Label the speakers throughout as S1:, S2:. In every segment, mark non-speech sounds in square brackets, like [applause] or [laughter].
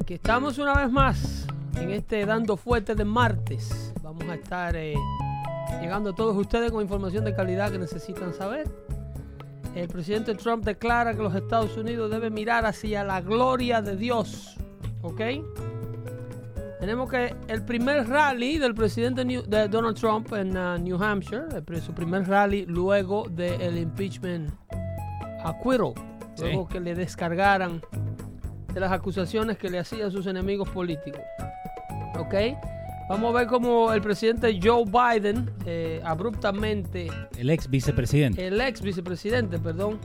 S1: Aquí estamos una vez más en este Dando Fuerte de martes. Vamos a estar eh, llegando a todos ustedes con información de calidad que necesitan saber. El presidente Trump declara que los Estados Unidos deben mirar hacia la gloria de Dios. ¿Ok? Tenemos que el primer rally del presidente New- de Donald Trump en uh, New Hampshire, el pri- su primer rally luego del impeachment acquittal,
S2: Sí.
S1: luego que le descargaran de las acusaciones que le hacían sus enemigos políticos. ¿Ok? Vamos a ver cómo el presidente Joe Biden eh, abruptamente
S2: El ex vicepresidente.
S1: el ex vicepresidente, perdón,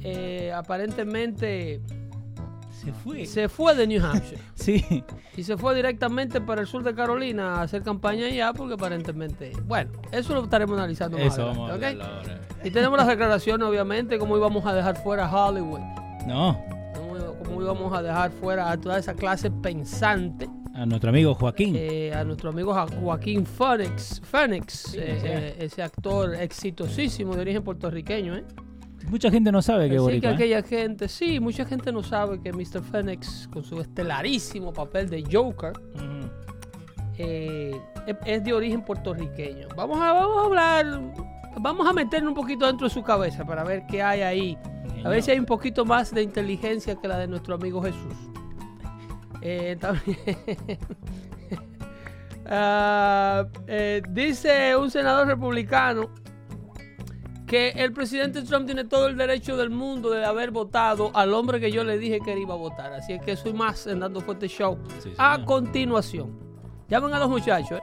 S1: eh, aparentemente
S2: Se fue.
S1: se fue de New Hampshire
S2: Sí.
S1: y se fue directamente para el sur de Carolina a hacer campaña allá porque aparentemente, bueno, eso lo estaremos analizando más
S2: Eso vamos a
S1: adelante,
S2: hablarlo ahora.
S1: ¿ok? Y tenemos las declaraciones, obviamente, cómo íbamos a dejar fuera a Hollywood,
S2: No,
S1: cómo, cómo íbamos a dejar fuera a toda esa clase pensante,
S2: a nuestro amigo Joaquín.
S1: eh, a nuestro amigo Ja- Joaquín Phoenix, Phoenix eh,
S2: sí.
S1: eh, ese actor exitosísimo de origen puertorriqueño, ¿eh?
S2: Mucha gente no sabe que
S1: Así que
S2: boricua. ¿eh?
S1: aquella gente, sí, mucha gente no sabe que Mr. Phoenix, con su estelarísimo papel de Joker,
S2: Ujú.
S1: eh, es- es de origen puertorriqueño. Vamos a, vamos a hablar, vamos a meternos un poquito dentro de su cabeza para ver qué hay ahí. A ver si hay un poquito más de inteligencia que la de nuestro amigo Jesús. Eh, también. [laughs] Ah, eh, dice un senador republicano que el presidente Trump tiene todo el derecho del mundo de haber votado al hombre que yo le dije que él iba a votar. Así es que soy más en Dando Fuerte Show.
S2: Sí,
S1: a
S2: señor.
S1: continuación. Llamen a los muchachos. ¿eh?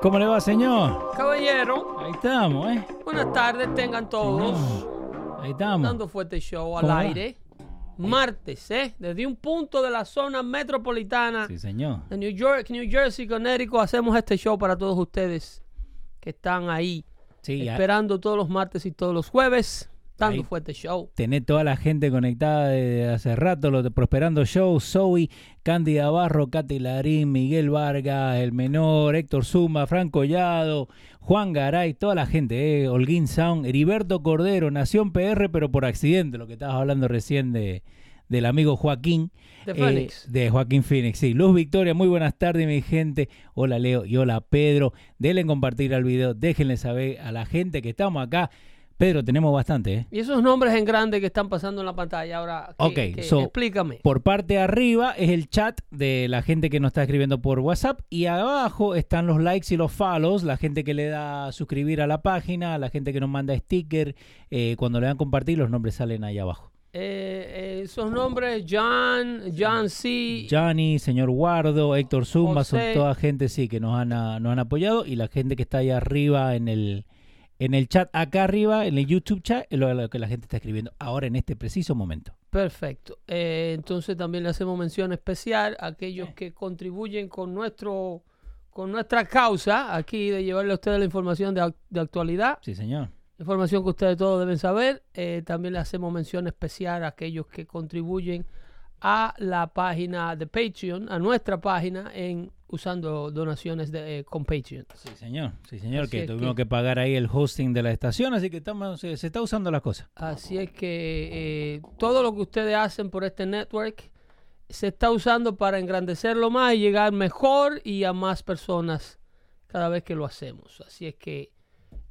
S2: ¿Cómo le va, señor?
S1: Caballero,
S2: Ahí estamos, ¿eh?
S1: buenas tardes, tengan todos.
S2: Mm. Señor, Ahí estamos.
S1: Dando fuerte show al
S2: ¿Cómo va?
S1: aire. Martes, ¿eh? Desde un punto de la zona metropolitana
S2: Sí, señor.
S1: de New York, New Jersey, Connecticut, hacemos este show para todos ustedes que están ahí
S2: Sí, a-
S1: esperando todos los martes y todos los jueves. Dando
S2: Ahí.
S1: fuerte show.
S2: tener toda la gente conectada desde hace rato, lo de Prosperando Show, Zoe, Cándida Barro, Katy Larín, Miguel Vargas, El Menor, Héctor Zumba, Franco Collado, Juan Garay, toda la gente, eh, Holguín Sound, Heriberto Cordero, Nación PR, pero por accidente, lo que estabas hablando recién de del amigo Joaquín. eh,
S1: De Phoenix.
S2: de Joaquín Phoenix, sí. Luz Victoria, muy buenas tardes, mi gente. Hola, Leo y hola, Pedro. Denle compartir al video, déjenle saber a la gente que estamos acá. Pedro, tenemos bastante, ¿eh?
S1: Y esos nombres en grande que están pasando en la pantalla ahora. ¿qué-
S2: Ok,
S1: qué?
S2: so-
S1: explícame.
S2: Por parte de arriba es el chat de la gente que nos está escribiendo por WhatsApp y abajo están los likes y los follows, la gente que le da a suscribir a la página, la gente que nos manda sticker, eh, cuando le dan compartir los nombres salen ahí abajo.
S1: Eh, eh, esos nombres, John, John C.
S2: Johnny, señor Guardo, Héctor Zumba,
S1: José.
S2: son toda gente sí que nos han, ah, nos han apoyado y la gente que está ahí arriba en el en el chat acá arriba, en el YouTube chat, es lo, lo que la gente está escribiendo ahora en este preciso momento.
S1: Perfecto. Eh, entonces también le hacemos mención especial a aquellos que contribuyen con nuestro con nuestra causa aquí de llevarle a ustedes la información de, ac- de actualidad,
S2: Sí, señor.
S1: información que ustedes todos deben saber. Eh, también le hacemos mención especial a aquellos que contribuyen a la página de Patreon, a nuestra página en usando donaciones de, eh, con Patreon.
S2: Sí, señor. Sí, señor,
S1: Así
S2: que
S1: es
S2: tuvimos
S1: que-
S2: que pagar ahí el hosting de la estación, así que estamos, se, se está usando las cosas.
S1: Así es que eh, todo lo que ustedes hacen por este network se está usando para engrandecerlo más y llegar mejor y a más personas cada vez que lo hacemos. Así es que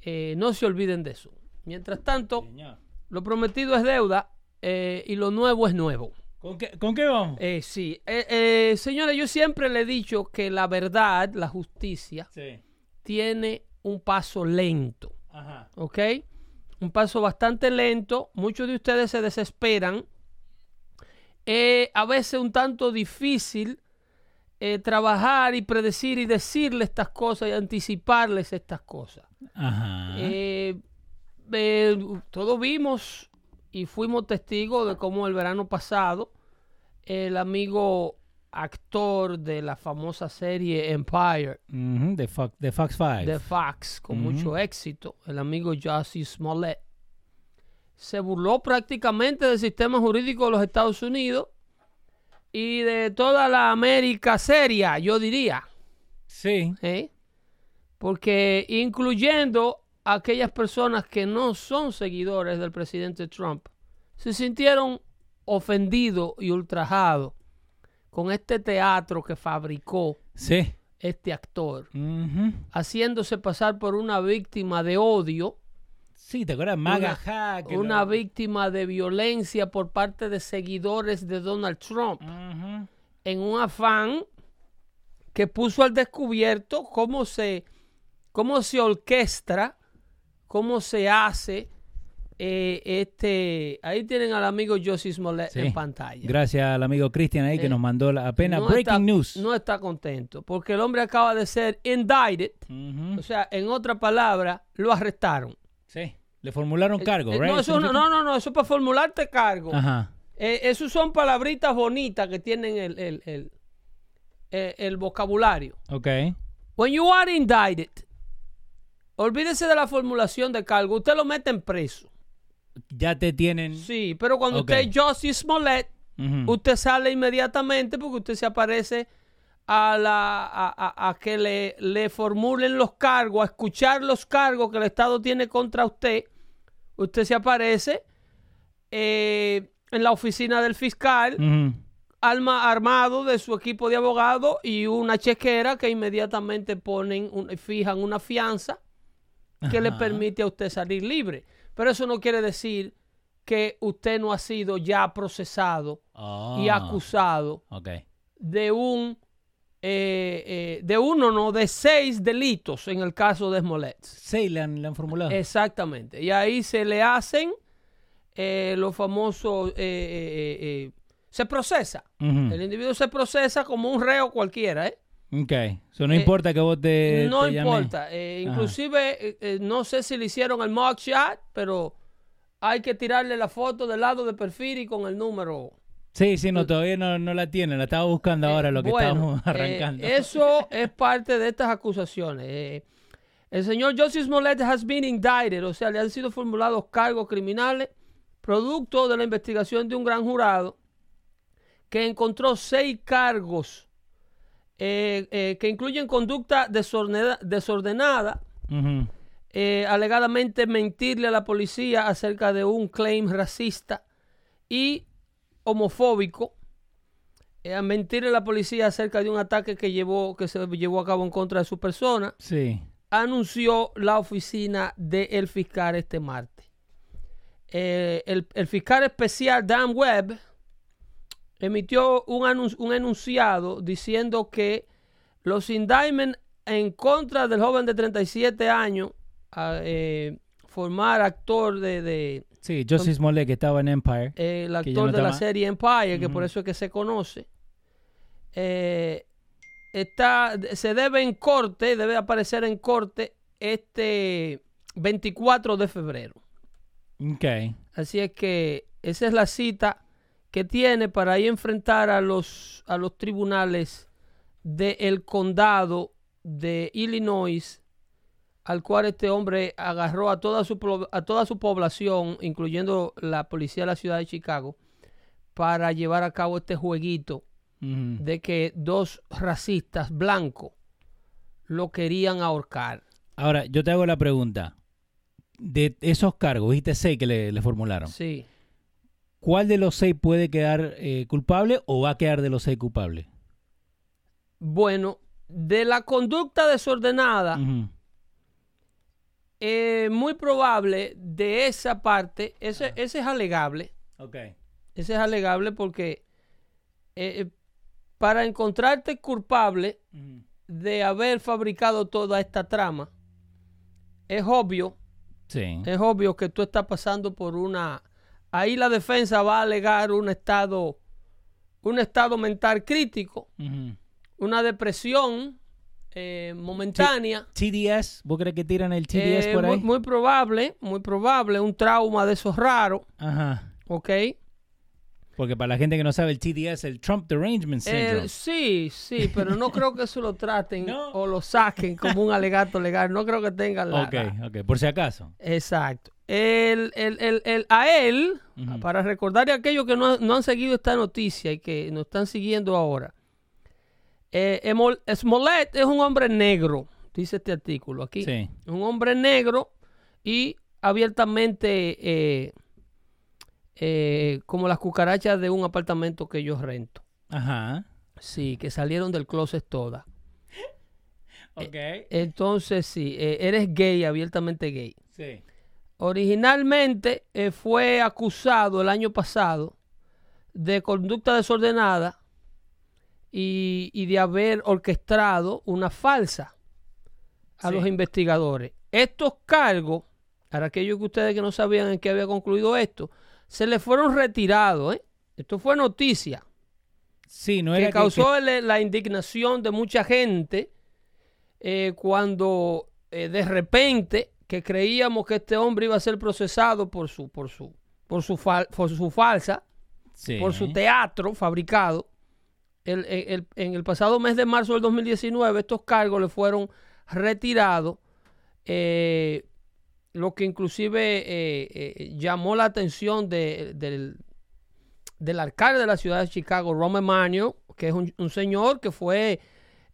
S1: eh, no se olviden de eso. Mientras tanto,
S2: Señor.
S1: lo prometido es deuda eh, y lo nuevo es nuevo.
S2: ¿Con qué, con qué vamos?
S1: Eh, sí, eh, eh, señores, yo siempre le he dicho que la verdad, la justicia,
S2: Sí.
S1: tiene un paso lento.
S2: Ajá.
S1: ¿ok? Un paso bastante lento. Muchos de ustedes se desesperan. Eh, a veces un tanto difícil eh, trabajar y predecir y decirle estas cosas y anticiparles estas cosas.
S2: Ajá.
S1: Eh, eh, todos vimos y fuimos testigos de cómo el verano pasado el amigo actor de la famosa serie Empire
S2: Ujú, de, Fox, de Fox 5.
S1: de Fox con
S2: Ujú.
S1: mucho éxito, el amigo Jussie Smollett, se burló prácticamente del sistema jurídico de los Estados Unidos y de toda la América seria, yo diría,
S2: Sí.
S1: ¿eh? porque incluyendo aquellas personas que no son seguidores del presidente Trump, se sintieron ofendidos y ultrajados con este teatro que fabricó
S2: Sí.
S1: este actor
S2: Ujú.
S1: haciéndose pasar por una víctima de odio,
S2: Sí, ¿te acuerdas? Maga
S1: Una-
S2: Hack, que
S1: una
S2: lo-
S1: víctima de violencia por parte de seguidores de Donald Trump,
S2: Ujú.
S1: en un afán que puso al descubierto cómo se, cómo se orquestra, cómo se hace eh, este... Ahí tienen al amigo Josie Smollett
S2: Sí.
S1: en pantalla.
S2: Gracias al amigo Cristian ahí que
S1: Eh,
S2: nos mandó la apenas Breaking
S1: está,
S2: News.
S1: No está contento, porque el hombre acaba de ser indicted,
S2: Ujú.
S1: o sea, en otra palabra, lo arrestaron.
S2: Sí. Le formularon cargo,
S1: Eh,
S2: ¿right?
S1: No, eso, no, no, no, no, eso es para formularte cargo.
S2: Ajá.
S1: Eh, esos son palabritas bonitas que tienen el, el, el, eh, el vocabulario.
S2: Ok.
S1: When you are indicted, olvídese de la formulación de cargo. Usted lo mete en preso.
S2: Ya te tienen.
S1: Sí, pero cuando
S2: Ok.
S1: usted es Jussie Smollett,
S2: Ujú.
S1: usted sale inmediatamente porque usted se aparece a, la, a, a- a que le, le formulen los cargos, a escuchar los cargos que el Estado tiene contra usted. Usted se aparece eh, en la oficina del fiscal,
S2: Ujú.
S1: alma armado de su equipo de abogados y una chequera que inmediatamente ponen, un- fijan una fianza que le
S2: Ajá.
S1: permite a usted salir libre. Pero eso no quiere decir que usted no ha sido ya procesado y
S2: Ah,
S1: acusado
S2: Ok.
S1: de un eh, eh, de uno no de seis delitos en el caso de Smollett.
S2: Sí, le han, le han formulado.
S1: Exactamente. Y ahí se le hacen eh, los famosos eh, eh, eh, eh, se procesa.
S2: Ujú.
S1: El individuo se procesa como un reo cualquiera, ¿eh?
S2: Ok. So, no
S1: Eh,
S2: importa que vos te.
S1: no
S2: te llame.
S1: importa. Eh,
S2: Ajá.
S1: inclusive, eh, eh, no sé si le hicieron el mugshot, pero hay que tirarle la foto del lado de perfil y con el número.
S2: Sí, sí, no, todavía no, no la tienen. La estaba buscando ahora lo que
S1: Eh, Bueno,
S2: estábamos [laughs]
S1: eh,
S2: arrancando.
S1: eso es parte de estas acusaciones. Eh, el señor Joseph Smollett has been indicted, o sea, le han sido formulados cargos criminales, producto de la investigación de un gran jurado que encontró seis cargos eh, eh, que incluyen conducta desordena- desordenada,
S2: Ujú.
S1: eh, alegadamente mentirle a la policía acerca de un claim racista y homofóbico, eh, a mentirle a la policía acerca de un ataque que llevó que se llevó a cabo en contra de su persona,
S2: Sí.
S1: anunció la oficina del fiscal este martes. Eh, el, el fiscal especial Dan Webb emitió un, anun- un enunciado diciendo que los indictments en contra del joven de 37 años, a- eh, formar actor de, de-
S2: Sí, Joseph Smollett que estaba en Empire.
S1: eh, el
S2: Que ya
S1: actor de
S2: no
S1: la
S2: está más.
S1: serie Empire, que por
S2: Ujú.
S1: eso es que se conoce, eh, está, se debe en corte, debe aparecer en corte este 24 de febrero.
S2: Ok.
S1: Así es que esa es la cita que tiene para ir a enfrentar a los, a los tribunales del condado de Illinois, al cual este hombre agarró a toda su, pro- a toda su población, incluyendo la policía de la ciudad de Chicago, para llevar a cabo este jueguito
S2: Ujú.
S1: de que dos racistas blancos lo querían ahorcar.
S2: Ahora, yo te hago la pregunta. De esos cargos, viste seis que le, le formularon,
S1: Sí.
S2: ¿cuál de los seis puede quedar eh, culpable o va a quedar de los seis culpable?
S1: Bueno, de la conducta desordenada,
S2: Ujú.
S1: eh, muy probable de esa parte,
S2: Ah.
S1: ese, ese es alegable, Eh, ese es alegable porque eh, eh, para encontrarte culpable
S2: Ujú.
S1: de haber fabricado toda esta trama, es obvio
S2: Sí.
S1: es obvio que tú estás pasando por una. Ahí la defensa va a alegar un estado, un estado mental crítico,
S2: Ujú.
S1: una depresión eh, momentánea.
S2: TDS, ¿vos crees que tiran el TDS
S1: eh,
S2: por ahí?
S1: muy, muy probable, muy probable, un trauma de esos raros,
S2: Ajá.
S1: ¿ok?
S2: Porque para la gente que no sabe, el TDS, el Trump Derangement Syndrome.
S1: Eh, sí, sí, pero no creo que eso lo traten
S2: [laughs] No.
S1: o lo saquen como un alegato legal. No creo que tengan la, la-
S2: ok, ok, por si acaso.
S1: Exacto. El, el- el- el- a él,
S2: Ujú.
S1: para recordar a aquellos que no, han- no han seguido esta noticia y que nos están siguiendo ahora, eh, Emol- Smollett es un hombre negro, dice este artículo aquí.
S2: Sí.
S1: Un hombre negro y abiertamente eh, eh, como las cucarachas de un apartamento que yo rento.
S2: Ajá.
S1: Sí, que salieron del closet todas.
S2: Ok.
S1: Eh, Entonces, sí, eh, eres gay, abiertamente gay.
S2: sí.
S1: Originalmente eh, fue acusado el año pasado de conducta desordenada y, y de haber orquestado una falsa a
S2: Sí.
S1: los investigadores. Estos cargos, para aquellos que ustedes que no sabían en qué había concluido esto, se le fueron retirados. ¿eh? Esto fue noticia
S2: Sí, no era
S1: que causó el- la indignación de mucha gente eh, cuando eh, de repente que creíamos que este hombre iba a ser procesado por su por su por su fal- por su falsa
S2: Sí.
S1: por su teatro fabricado el- el- el- en el pasado mes de marzo del 2019 estos cargos le fueron retirados eh, lo que inclusive eh, eh, llamó la atención de- del, del alcalde de la ciudad de Chicago, Roman Emanuel, que es un, un señor que fue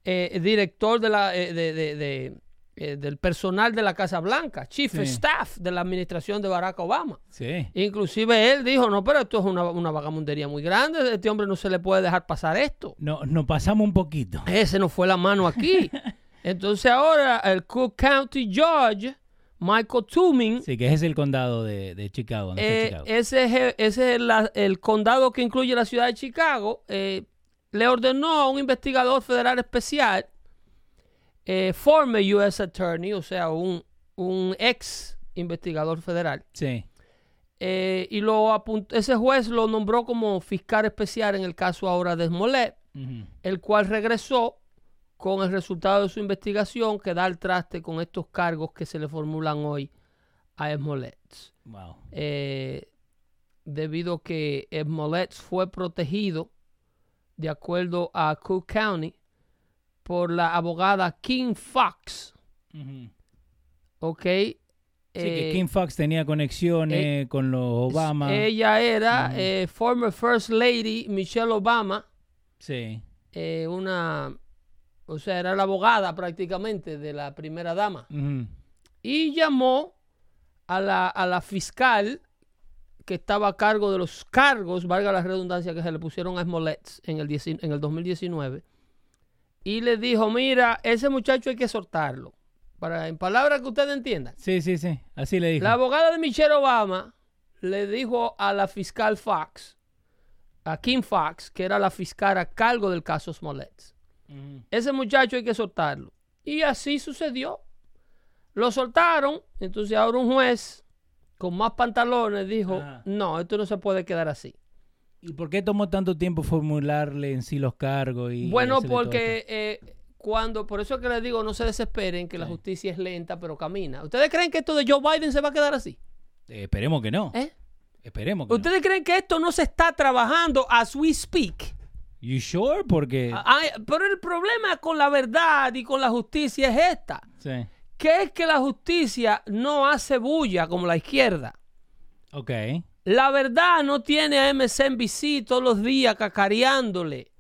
S1: eh, director de la, eh, de- de- de, eh, del personal de la Casa Blanca, chief
S2: Sí.
S1: of staff de la administración de Barack Obama.
S2: Sí.
S1: Inclusive él dijo, no, pero esto es una, una vagamundería muy grande, a este hombre no se le puede dejar pasar esto.
S2: No, nos pasamos un poquito.
S1: Ese no fue la mano
S2: [laughs]
S1: aquí. Entonces ahora el Cook County Judge, Michael Tooming,
S2: Sí, que ese es el condado de, de Chicago. donde está
S1: eh,
S2: Chicago.
S1: ese es, el- ese es la- el condado que incluye la ciudad de Chicago, eh, le ordenó a un investigador federal especial, eh, former U.S. Attorney, o sea, un, un ex investigador federal,
S2: Sí.
S1: eh, y lo apunt- ese juez lo nombró como fiscal especial en el caso ahora de Smollett,
S2: Ujú.
S1: el cual regresó con el resultado de su investigación que da el traste con estos cargos que se le formulan hoy a Smollett.
S2: Wow.
S1: Eh, debido que Smollett fue protegido, de acuerdo a Cook County, por la abogada Kim Fox,
S2: Ujú.
S1: ¿ok?
S2: Sí, que
S1: Eh,
S2: Kim Fox tenía conexiones con los Obama.
S1: Ella era eh, former First Lady Michelle Obama,
S2: sí.
S1: eh, una, o sea, era la abogada prácticamente de la primera dama.
S2: Ujú.
S1: Y llamó a la, a la fiscal que estaba a cargo de los cargos, valga la redundancia, que se le pusieron a Smollett en el, 19 en el 2019. Y le dijo, mira, ese muchacho hay que soltarlo. Para, en palabras que ustedes entiendan.
S2: Sí, sí, sí. Así le dijo.
S1: La abogada de Michelle Obama le dijo a la fiscal Fox, a Kim Fox, que era la fiscal a cargo del caso Smollett,
S2: Ujú.
S1: ese muchacho hay que soltarlo. Y así sucedió. Lo soltaron, entonces ahora un juez con más pantalones dijo,
S2: Ajá.
S1: no, esto no se puede quedar así.
S2: ¿Y por qué tomó tanto tiempo formularle en sí los cargos? Y
S1: bueno,
S2: hacerle todo
S1: porque eh, cuando, por eso es que les digo, no se desesperen, que la
S2: Sí.
S1: justicia es lenta, pero camina. ¿Ustedes creen que esto de Joe Biden se va a quedar así?
S2: esto? Eh, esperemos que no.
S1: ¿Eh?
S2: Esperemos que no.
S1: ¿Ustedes creen que esto no se está trabajando as we speak?
S2: You sure? Porque.
S1: Ay, pero el problema con la verdad y con la justicia es esta,
S2: Sí.
S1: que es que la justicia no hace bulla como la izquierda.
S2: Ok.
S1: La verdad no tiene a MSNBC todos los días cacareándole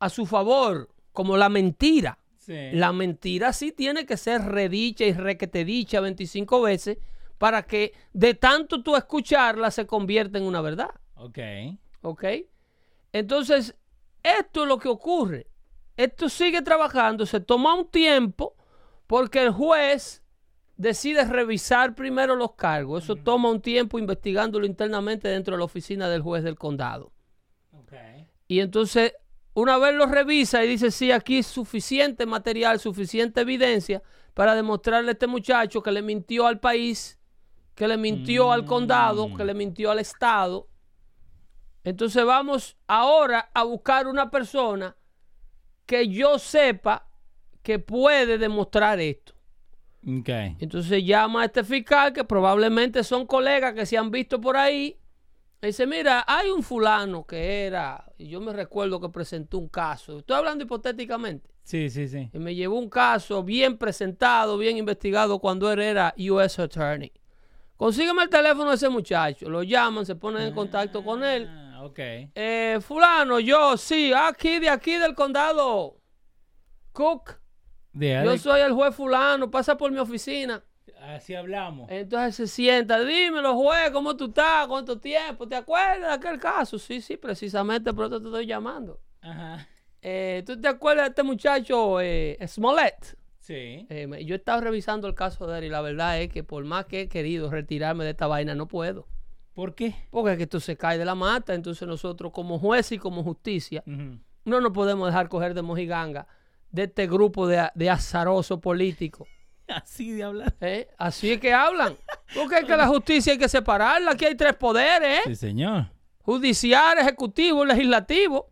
S1: a su favor como la mentira.
S2: Sí.
S1: La mentira sí tiene que ser redicha y requetedicha 25 veces para que de tanto tú escucharla se convierta en una verdad.
S2: Ok.
S1: ¿Ok? Entonces, esto es lo que ocurre. Esto sigue trabajando, se toma un tiempo porque el juez decide revisar primero los cargos. Eso toma un tiempo investigándolo internamente dentro de la oficina del juez del condado.
S2: Ok.
S1: Y entonces, una vez lo revisa y dice, sí, aquí es suficiente material, suficiente evidencia para demostrarle a este muchacho que le mintió al país, que le mintió al condado, que le mintió al Estado. Entonces vamos ahora a buscar una persona que yo sepa que puede demostrar esto.
S2: Ok.
S1: Entonces llama a este fiscal, que probablemente son colegas que se han visto por ahí. y dice, mira, hay un fulano que era, y yo me recuerdo que presentó un caso, estoy hablando hipotéticamente,
S2: Sí, sí, sí.
S1: y me llevó un caso bien presentado, bien investigado cuando él era U.S. Attorney. Consígueme el teléfono de ese muchacho, lo llaman, se ponen en contacto con él.
S2: Ah, ok.
S1: Eh, fulano, yo, sí, aquí, de aquí, del condado. Cook,
S2: De-
S1: yo soy el juez fulano, pasa por mi oficina.
S2: Así hablamos.
S1: Entonces se sienta, dímelo, juez, ¿cómo tú estás? ¿Cuánto tiempo? ¿Te acuerdas de aquel caso? Sí, sí, precisamente por eso te estoy llamando.
S2: Ajá.
S1: Eh, ¿Tú te acuerdas de este muchacho eh, Smollett?
S2: Sí.
S1: Eh, me- yo he estado revisando el caso de él y la verdad es que por más que he querido retirarme de esta vaina, no puedo.
S2: ¿Por qué?
S1: Porque es que esto se cae de la mata, entonces nosotros como jueces y como justicia
S2: Ujú.
S1: no nos podemos dejar coger de mojiganga de este grupo de, de azarosos políticos.
S2: Así de hablar.
S1: ¿eh? Así es que hablan. Porque es que la justicia hay que separarla. Aquí hay tres poderes, ¿eh?
S2: Sí, señor.
S1: judicial, ejecutivo, legislativo.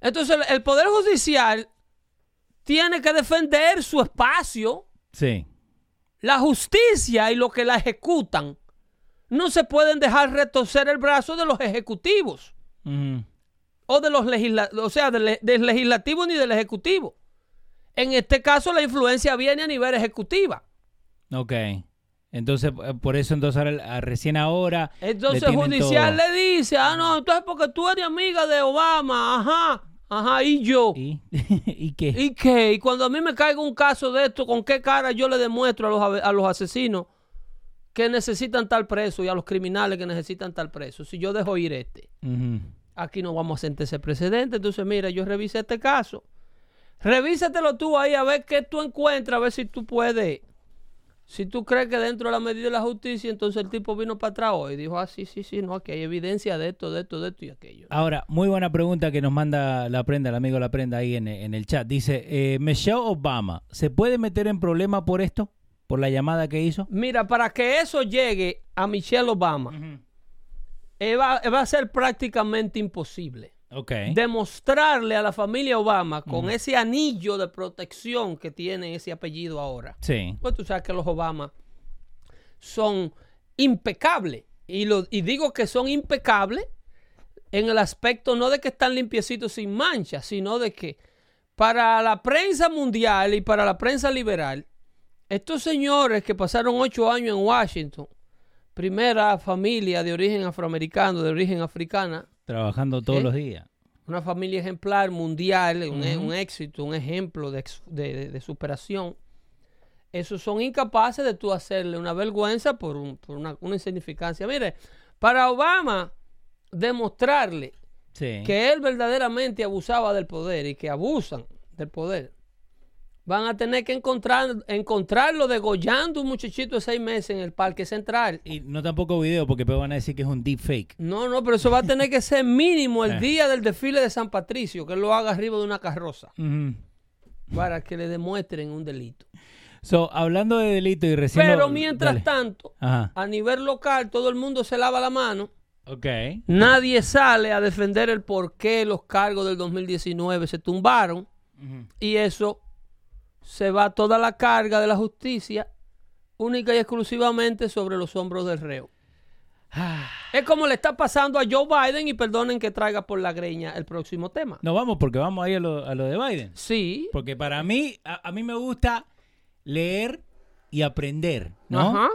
S1: Entonces el- el poder judicial tiene que defender su espacio.
S2: Sí.
S1: La justicia y los que la ejecutan no se pueden dejar retorcer el brazo de los ejecutivos
S2: Ujú.
S1: o de los legisla- o sea, del, le- del legislativo ni del ejecutivo. En este caso la influencia viene a nivel ejecutiva.
S2: Ok. Entonces, eh, por eso entonces ahora- a- recién ahora... le
S1: Entonces el
S2: tienen
S1: judicial
S2: todo.
S1: le dice, ah, no, entonces porque tú eres amiga de Obama, ajá, ajá, y yo. ¿Y,
S2: ¿Y? [laughs] ¿Y qué?
S1: qué? Y cuando a mí me caiga un caso de esto, ¿con qué cara yo le demuestro a los, ave- a los asesinos que necesitan tal preso y a los criminales que necesitan tal preso? Si yo dejo ir este,
S2: Ujú.
S1: aquí no vamos a sentar ese precedente. Entonces, mira, yo revisé este caso. Revísatelo tú ahí a ver qué tú encuentras, a ver si tú puedes. Si tú crees que dentro de la medida de la justicia, entonces el tipo vino para atrás hoy y dijo, ah, sí, sí, sí, no, aquí hay evidencia de esto, de esto, de esto y aquello.
S2: Ahora, muy buena pregunta que nos manda la prenda, el amigo la prenda ahí en, en el chat. Dice, eh, Michelle Obama, ¿se puede meter en problema por esto? ¿Por la llamada que hizo?
S1: Mira, para que eso llegue a Michelle Obama, eh, va, eh, va a ser prácticamente imposible.
S2: Ok.
S1: Demostrarle a la familia Obama con ese anillo de protección que tiene ese apellido ahora.
S2: Sí.
S1: Pues tú sabes que los Obama son impecables. Y, lo, y digo que son impecables en el aspecto no de que están limpiecitos sin mancha, sino de que para la prensa mundial y para la prensa liberal, estos señores que pasaron ocho años en Washington, primera familia de origen afroamericano, de origen africana,
S2: Trabajando todos
S1: ¿Eh?
S2: los días.
S1: una familia ejemplar mundial, un, e- un éxito, un ejemplo de, ex- de- de- de superación. Esos son incapaces de tú hacerle una vergüenza por, un- por una, una insignificancia. Mire, para Obama demostrarle
S2: Sí.
S1: que él verdaderamente abusaba del poder y que abusan del poder, van a tener que encontrar, encontrarlo degollando un muchachito de seis meses en el Parque Central.
S2: Y no tampoco video, porque después van a decir que es un deep fake.
S1: No, no, pero eso va a tener que ser mínimo
S2: Eh.
S1: el día del desfile de San Patricio, que él lo haga arriba de una carroza. para que le demuestren un delito.
S2: So, hablando de delito y recién...
S1: Pero
S2: lo-
S1: mientras
S2: dale. Ah.
S1: tanto,
S2: Ajá.
S1: a nivel local, todo el mundo se lava la mano.
S2: Ok.
S1: Nadie sale a defender el por qué los cargos del 2019 se tumbaron. Y eso se va toda la carga de la justicia única y exclusivamente sobre los hombros del reo. Es como le está pasando a Joe Biden y perdonen que traiga por la greña el próximo tema.
S2: No vamos porque vamos ahí a lo, a lo de Biden.
S1: Sí.
S2: Porque para mí, a, a mí me gusta leer y aprender, ¿no?
S1: Ajá.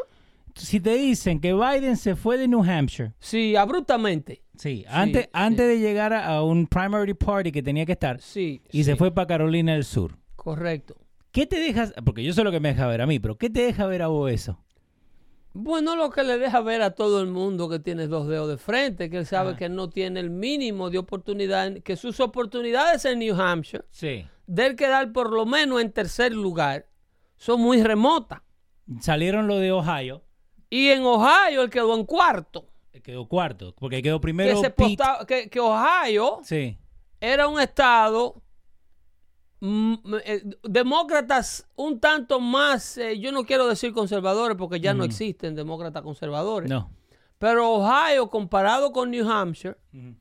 S2: Si te dicen que Biden se fue de New Hampshire,
S1: Sí, abruptamente.
S2: sí, antes,
S1: sí.
S2: antes de llegar a, a un primary party que tenía que estar,
S1: Sí.
S2: y se
S1: sí,
S2: fue para Carolina del Sur.
S1: Correcto.
S2: ¿Qué te dejas? Porque yo sé lo que me deja ver a mí, pero ¿qué te deja ver a vos eso?
S1: Bueno, lo que le deja ver a todo el mundo que tiene dos dedos de frente, que él sabe que no tiene el mínimo de oportunidad, en- que sus oportunidades en New Hampshire,
S2: Sí.
S1: de él quedar por lo menos en tercer lugar, son muy remotas.
S2: Salieron los de Ohio,
S1: Y en Ohio él quedó en cuarto.
S2: quedó cuarto, porque quedó
S1: Que,
S2: primero
S1: se
S2: Pete.
S1: postaba- que, que Ohio
S2: Sí.
S1: era un estado mm, eh, demócratas un tanto más, eh, yo no quiero decir conservadores porque ya no existen demócratas conservadores,
S2: No.
S1: pero Ohio comparado con New Hampshire, eh,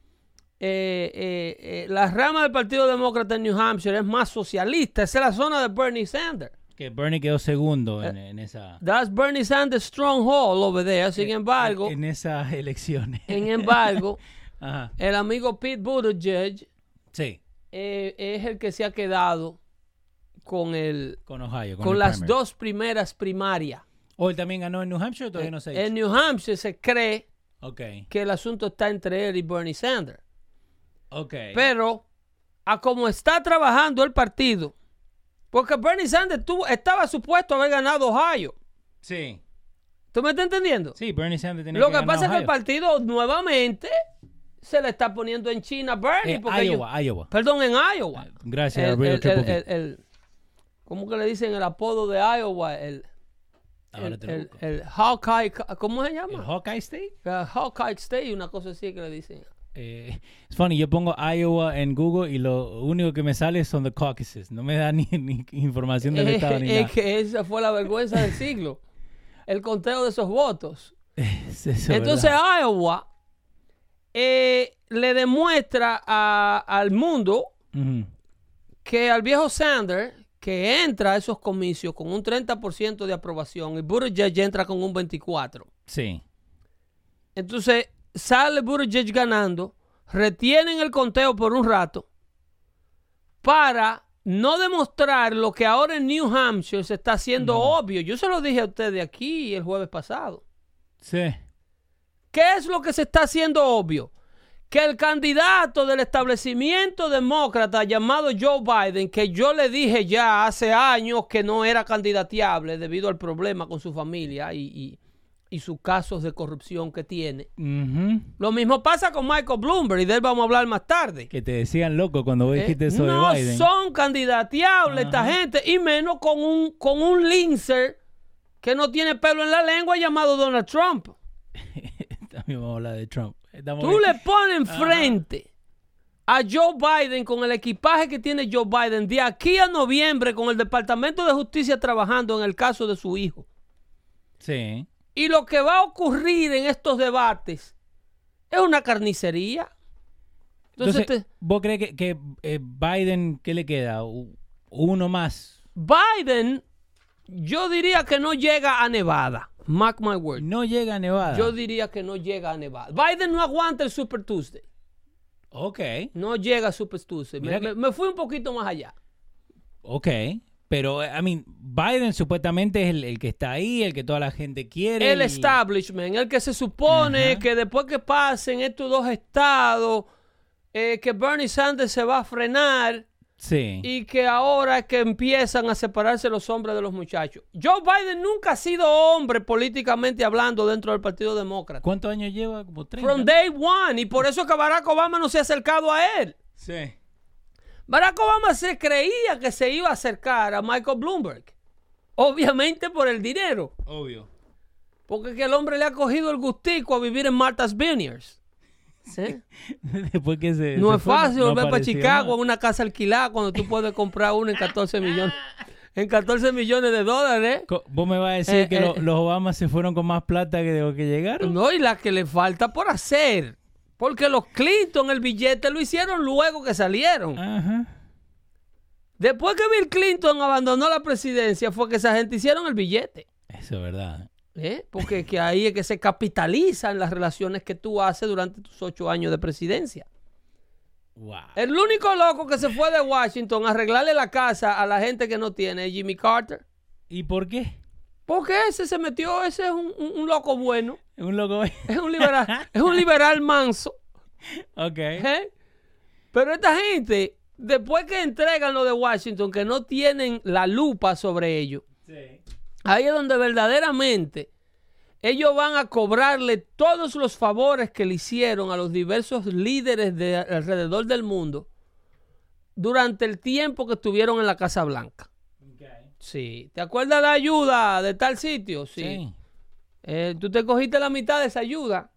S1: eh, eh, la rama del Partido Demócrata en New Hampshire es más socialista, esa es la zona de Bernie Sanders.
S2: Que Bernie quedó segundo
S1: Eh,
S2: en, en esa
S1: That's Bernie Sanders' stronghold over there. Sin embargo,
S2: Eh, en esas elecciones.
S1: sin embargo,
S2: [laughs]
S1: [laughs]
S2: Ajá.
S1: el amigo Pete Buttigieg
S2: Sí,
S1: eh, es el que se ha quedado con el
S2: con Ohio.
S1: con
S2: el
S1: las
S2: primary.
S1: dos primeras primarias.
S2: ¿O él también ganó en New Hampshire o todavía no sé.
S1: En New Hampshire se cree
S2: Ok,
S1: que el asunto está entre él y Bernie Sanders.
S2: ok.
S1: Pero a como está trabajando el partido, porque Bernie Sanders tuvo- estaba supuesto a haber ganado Ohio.
S2: sí,
S1: ¿Tú me estás entendiendo?
S2: sí, Bernie Sanders tenía
S1: Lo
S2: que
S1: que
S2: ganar
S1: pasa es que el
S2: Ohio. Eh,
S1: partido nuevamente se le está poniendo en China a Bernie.
S2: Eh,
S1: porque ellos-
S2: Iowa, Eh, Iowa.
S1: perdón, en Iowa.
S2: Gracias,
S1: el,
S2: Real
S1: el-
S2: Triple
S1: el-
S2: V.
S1: el- el- ¿Cómo que le dicen el apodo de Iowa? El,
S2: Ahora
S1: el,
S2: te lo
S1: el-
S2: busco.
S1: el Hawkeye, ¿cómo se llama?
S2: ¿El Hawkeye State?
S1: Eh, Hawkeye State, una cosa así que le dicen.
S2: Eh, es funny, yo pongo Iowa en Google y lo único que me sale son the caucuses. No me da ni, ni información del
S1: Eh,
S2: estado ni
S1: es
S2: nada.
S1: que esa fue la vergüenza del siglo. El conteo de esos votos.
S2: [laughs] Es eso,
S1: Entonces
S2: ¿verdad?
S1: Iowa eh, le demuestra a- al mundo
S2: Ujú.
S1: que al viejo Sanders, que entra a esos comicios con un 30% de aprobación, y Buttigieg entra con un 24%.
S2: Sí,
S1: Entonces sale Buttigieg ganando, retienen el conteo por un rato para no demostrar lo que ahora en New Hampshire se está haciendo obvio. Yo se lo dije a ustedes aquí el jueves pasado.
S2: sí.
S1: ¿Qué es lo que se está haciendo obvio? Que el candidato del establecimiento demócrata llamado Joe Biden, que yo le dije ya hace años que no era candidateable debido al problema con su familia y, y- y sus casos de corrupción que tiene.
S2: Ujú.
S1: Lo mismo pasa con Michael Bloomberg y de él vamos a hablar más tarde.
S2: Que te decían loco cuando vos dijiste
S1: Eh,
S2: eso
S1: no
S2: de Biden.
S1: son candidateables esta gente y menos con un, con un lincer que no tiene pelo en la lengua llamado Donald Trump.
S2: [laughs] También vamos a hablar de Trump. Estamos
S1: Tú
S2: bien.
S1: le pones enfrente a Joe Biden con el equipaje que tiene Joe Biden de aquí a noviembre con el Departamento de Justicia trabajando en el caso de su hijo.
S2: Sí.
S1: Y lo que va a ocurrir en estos debates es una carnicería. Entonces, este,
S2: Entonces,
S1: te-
S2: ¿vos crees que, que, eh, Biden, qué le queda? U- Uno más.
S1: Biden, yo diría que no llega a Nevada. Mark my word.
S2: No llega a Nevada.
S1: Yo diría que no llega a Nevada. Biden no aguanta el Super Tuesday.
S2: ok,
S1: No llega a Super Tuesday. Me,
S2: Mira que-
S1: me- me fui un poquito más allá.
S2: ok. Pero, eh, I mean, Biden supuestamente es el, el que está ahí, el que toda la gente quiere.
S1: el
S2: y-
S1: establishment, el que se supone
S2: Ajá.
S1: que después que pasen estos dos estados, eh, que Bernie Sanders se va a frenar
S2: Sí.
S1: y que ahora es que empiezan a separarse los hombres de los muchachos. Joe Biden nunca ha sido hombre políticamente hablando dentro del Partido Demócrata.
S2: ¿Cuántos años lleva? Como 30.
S1: From day one, y por eso es que Barack Obama no se ha acercado a él.
S2: Sí.
S1: Barack Obama se creía que se iba a acercar a Michael Bloomberg, obviamente por el dinero.
S2: Obvio.
S1: Porque es que el hombre le ha cogido el gustico a vivir en Martha's Vineyards. ¿Eh?
S2: [laughs] Después que se.
S1: No
S2: se
S1: es
S2: fue,
S1: fácil
S2: no
S1: volver para
S2: apareció
S1: Chicago a
S2: más.
S1: una casa alquilada cuando tú puedes comprar una en 14 millones. En 14 millones de dólares.
S2: Co- ¿Vos me vas a decir
S1: Eh,
S2: que
S1: eh,
S2: lo-
S1: eh.
S2: los Obamas se fueron con más plata que de lo que llegaron?
S1: No, y la que le falta por hacer. Porque los Clinton el billete lo hicieron luego que salieron.
S2: Ajá.
S1: Después que Bill Clinton abandonó la presidencia fue que esa gente hicieron el billete.
S2: Eso es verdad.
S1: ¿eh? Porque es que ahí es que se capitalizan las relaciones que tú haces durante tus ocho años de presidencia.
S2: Wow.
S1: El único loco que se fue de Washington a arreglarle la casa a la gente que no tiene es Jimmy Carter.
S2: ¿Y por qué?
S1: Porque ese se metió, ese es un, un- un loco bueno,
S2: Un loco. [laughs]
S1: es un liberal, es un liberal manso.
S2: ok.
S1: ¿eh? Pero esta gente, después que entregan lo de Washington, que no tienen la lupa sobre ellos,
S2: Sí.
S1: ahí es donde verdaderamente ellos van a cobrarle todos los favores que le hicieron a los diversos líderes de alrededor del mundo durante el tiempo que estuvieron en la Casa Blanca. Sí. ¿Te acuerdas la ayuda de tal sitio? Sí.
S2: Sí.
S1: Eh, Tú te cogiste la mitad de esa ayuda.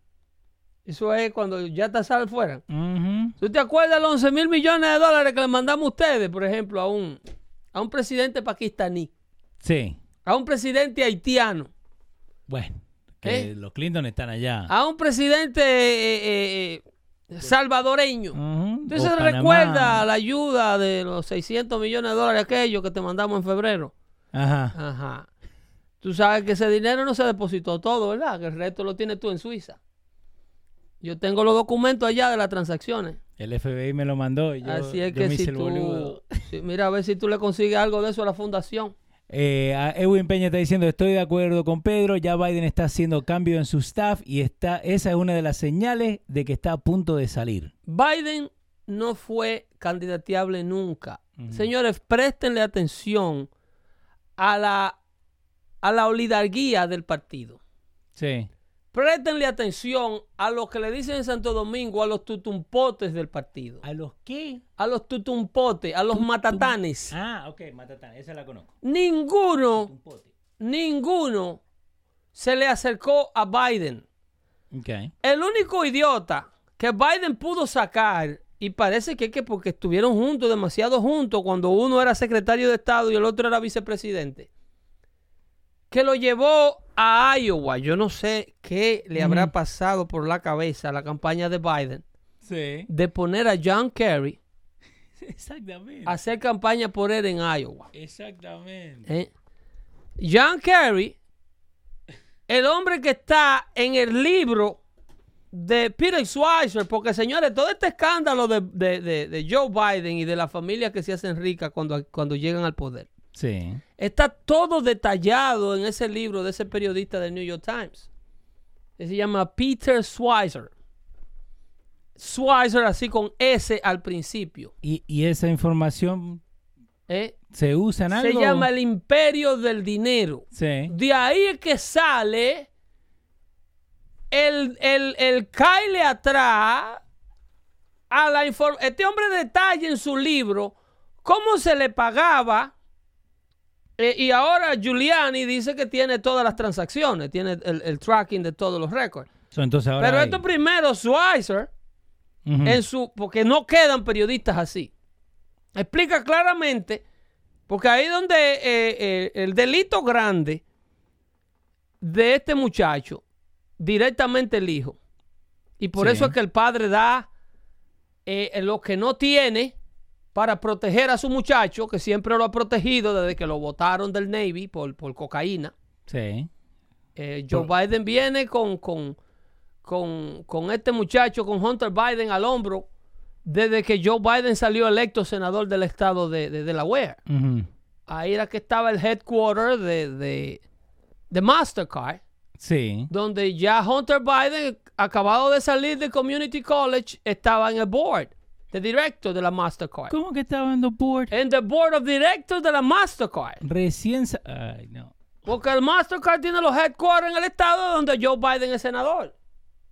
S1: Eso es cuando ya te sal fuera.
S2: Ujú.
S1: ¿Tú te acuerdas los 11 mil millones de dólares que le mandamos a ustedes, por ejemplo, a un, a un presidente pakistaní,
S2: Sí.
S1: a un presidente haitiano,
S2: Bueno, que
S1: ¿Eh?
S2: los Clinton están allá.
S1: a un presidente eh, eh, eh, salvadoreño?
S2: Ujú.
S1: Entonces
S2: O Panamá.
S1: recuerda la ayuda de los 600 millones de dólares aquellos que te mandamos en febrero.
S2: Ajá.
S1: Ajá. Tú sabes que ese dinero no se depositó todo, ¿verdad? Que el resto lo tienes tú en Suiza. Yo tengo los documentos allá de las transacciones.
S2: El FBI me lo mandó. y Yo,
S1: Así es
S2: yo
S1: que
S2: me
S1: si
S2: hice el
S1: tú,
S2: boludo.
S1: si- mira a ver si tú le consigues algo de eso a la fundación.
S2: Eh, a- Edwin Peña está diciendo, estoy de acuerdo con Pedro, ya Biden está haciendo cambio en su staff y está, esa es una de las señales de que está a punto de salir.
S1: Biden no fue candidateable nunca. Señores, préstenle atención a la, a la oligarquía del partido.
S2: Sí.
S1: Préstenle atención a lo que le dicen en Santo Domingo, a los tutumpotes del partido.
S2: ¿A los qué?
S1: A los tutumpotes, a los matatanes.
S2: Ah, ok, Matatán, esa la conozco.
S1: Ninguno, ninguno se le acercó a Biden.
S2: Ok.
S1: El único idiota que Biden pudo sacar, y parece que es que porque estuvieron juntos, demasiado juntos, cuando uno era secretario de Estado y el otro era vicepresidente, que lo llevó a Iowa. Yo no sé qué le habrá pasado por la cabeza a la campaña de Biden
S2: Sí. [laughs]
S1: de poner a John Kerry
S2: Exactamente.
S1: a hacer campaña por él en Iowa.
S2: Exactamente.
S1: ¿eh? John Kerry, el hombre que está en el libro de Peter Schweizer, porque señores, todo este escándalo de, de- de- de Joe Biden y de las familias que se hacen ricas cuando, cuando llegan al poder,
S2: Sí.
S1: está todo detallado en ese libro de ese periodista del New York Times. que se llama Peter Schweizer. Schweizer así con S al principio.
S2: ¿Y, y esa información
S1: ¿eh?
S2: se usa en
S1: Se
S2: algo?
S1: llama El Imperio del Dinero.
S2: Sí.
S1: De ahí es que sale el, el, el caile atrás a la información. Este hombre detalla en su libro cómo se le pagaba. eh, y ahora Giuliani dice que tiene todas las transacciones, tiene el, el tracking de todos los récords.
S2: So, entonces ahora
S1: Pero
S2: hay-
S1: esto primero, Schweizer,
S2: Ujú.
S1: en su, porque no quedan periodistas así. Explica claramente, porque ahí donde eh, eh, el delito grande de este muchacho, directamente el hijo, y por
S2: Sí.
S1: eso es que el padre da eh, eh, lo que no tiene para proteger a su muchacho, que siempre lo ha protegido desde que lo votaron del Navy por, por cocaína.
S2: Sí.
S1: Eh, Joe Biden viene con, con, con, con este muchacho, con Hunter Biden al hombro, desde que Joe Biden salió electo senador del estado de, de Delaware.
S2: Ujú.
S1: Ahí era que estaba el headquarter de, de, de Mastercard,
S2: Sí.
S1: donde ya Hunter Biden, acabado de salir de Community College, estaba en el board de director de la Mastercard.
S2: ¿Cómo que estaba en The Board?
S1: En the board of directors de la Mastercard.
S2: Recién... sa- Ay, no.
S1: Porque el Mastercard tiene los headquarters en el estado donde Joe Biden es senador.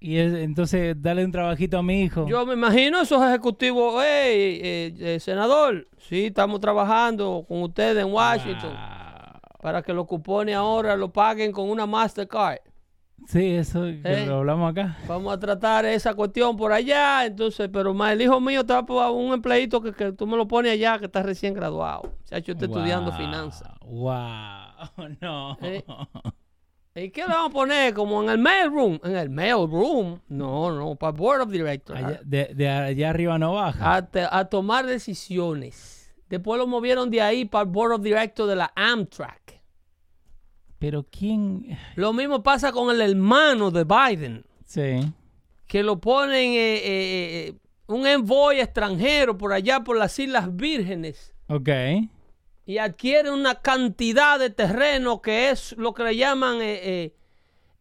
S2: Y es- entonces, dale un trabajito a mi hijo.
S1: Yo me imagino esos ejecutivos, "Ey, eh, eh, senador, sí, estamos trabajando con ustedes en Washington
S2: Ah.
S1: para que los cupones ahora lo paguen con una Mastercard.
S2: Sí, eso que
S1: Eh.
S2: lo hablamos acá.
S1: Vamos a tratar esa cuestión por allá, entonces, pero más el hijo mío está por un empleito que, que tú me lo pones allá, que está recién graduado. Se ha hecho está estudiando
S2: Wow,
S1: finanzas.
S2: Wow, [laughs] no.
S1: Eh. ¿Y qué le vamos a poner? Como en el mail room. En el mail room. No, no, para Board of Directors.
S2: Allá- de, de allá arriba no baja.
S1: a, te- a tomar decisiones. Después lo movieron de ahí para el Board of Directors de la Amtrak.
S2: Pero quién.
S1: Lo mismo pasa con el hermano de Biden,
S2: Sí.
S1: que lo ponen eh, eh, eh, un envoy extranjero por allá por las Islas Vírgenes
S2: Ok.
S1: y adquiere una cantidad de terreno que es lo que le llaman, eh, eh,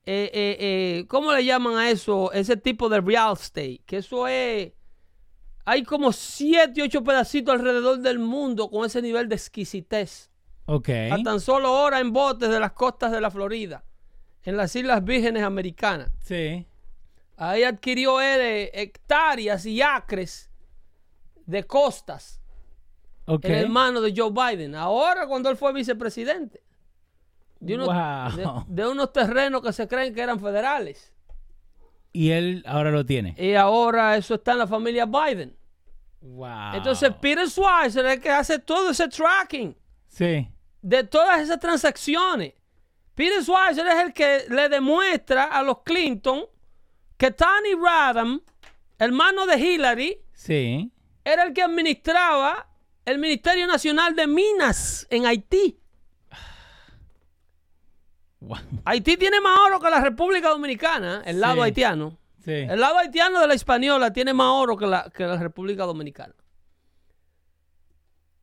S1: eh, eh, eh, ¿cómo le llaman a eso? Ese tipo de real estate, que eso es... Hay como siete, ocho pedacitos alrededor del mundo con ese nivel de exquisitez.
S2: Ok.
S1: a Ah, tan solo hora en botes de las costas de la Florida, en las Islas Vírgenes Americanas.
S2: Sí.
S1: Ahí adquirió él eh, hectáreas y acres de costas,
S2: Ok.
S1: el hermano de Joe Biden. Ahora, cuando él fue vicepresidente, de unos,
S2: Wow.
S1: de- de unos terrenos que se creen que eran federales.
S2: Y él ahora lo tiene.
S1: Y ahora eso está en la familia Biden.
S2: Wow.
S1: Entonces, Peter Schweizer es el que hace todo ese tracking.
S2: Sí.
S1: de todas esas transacciones. Peter Schweizer es el que le demuestra a los Clinton que Tony Radham, hermano de Hillary,
S2: Sí.
S1: era el que administraba el Ministerio Nacional de Minas en Haití.
S2: Wow.
S1: Haití tiene más oro que la República Dominicana, el lado
S2: Sí.
S1: haitiano.
S2: Sí.
S1: El lado haitiano de la española tiene más oro que la, que la República Dominicana.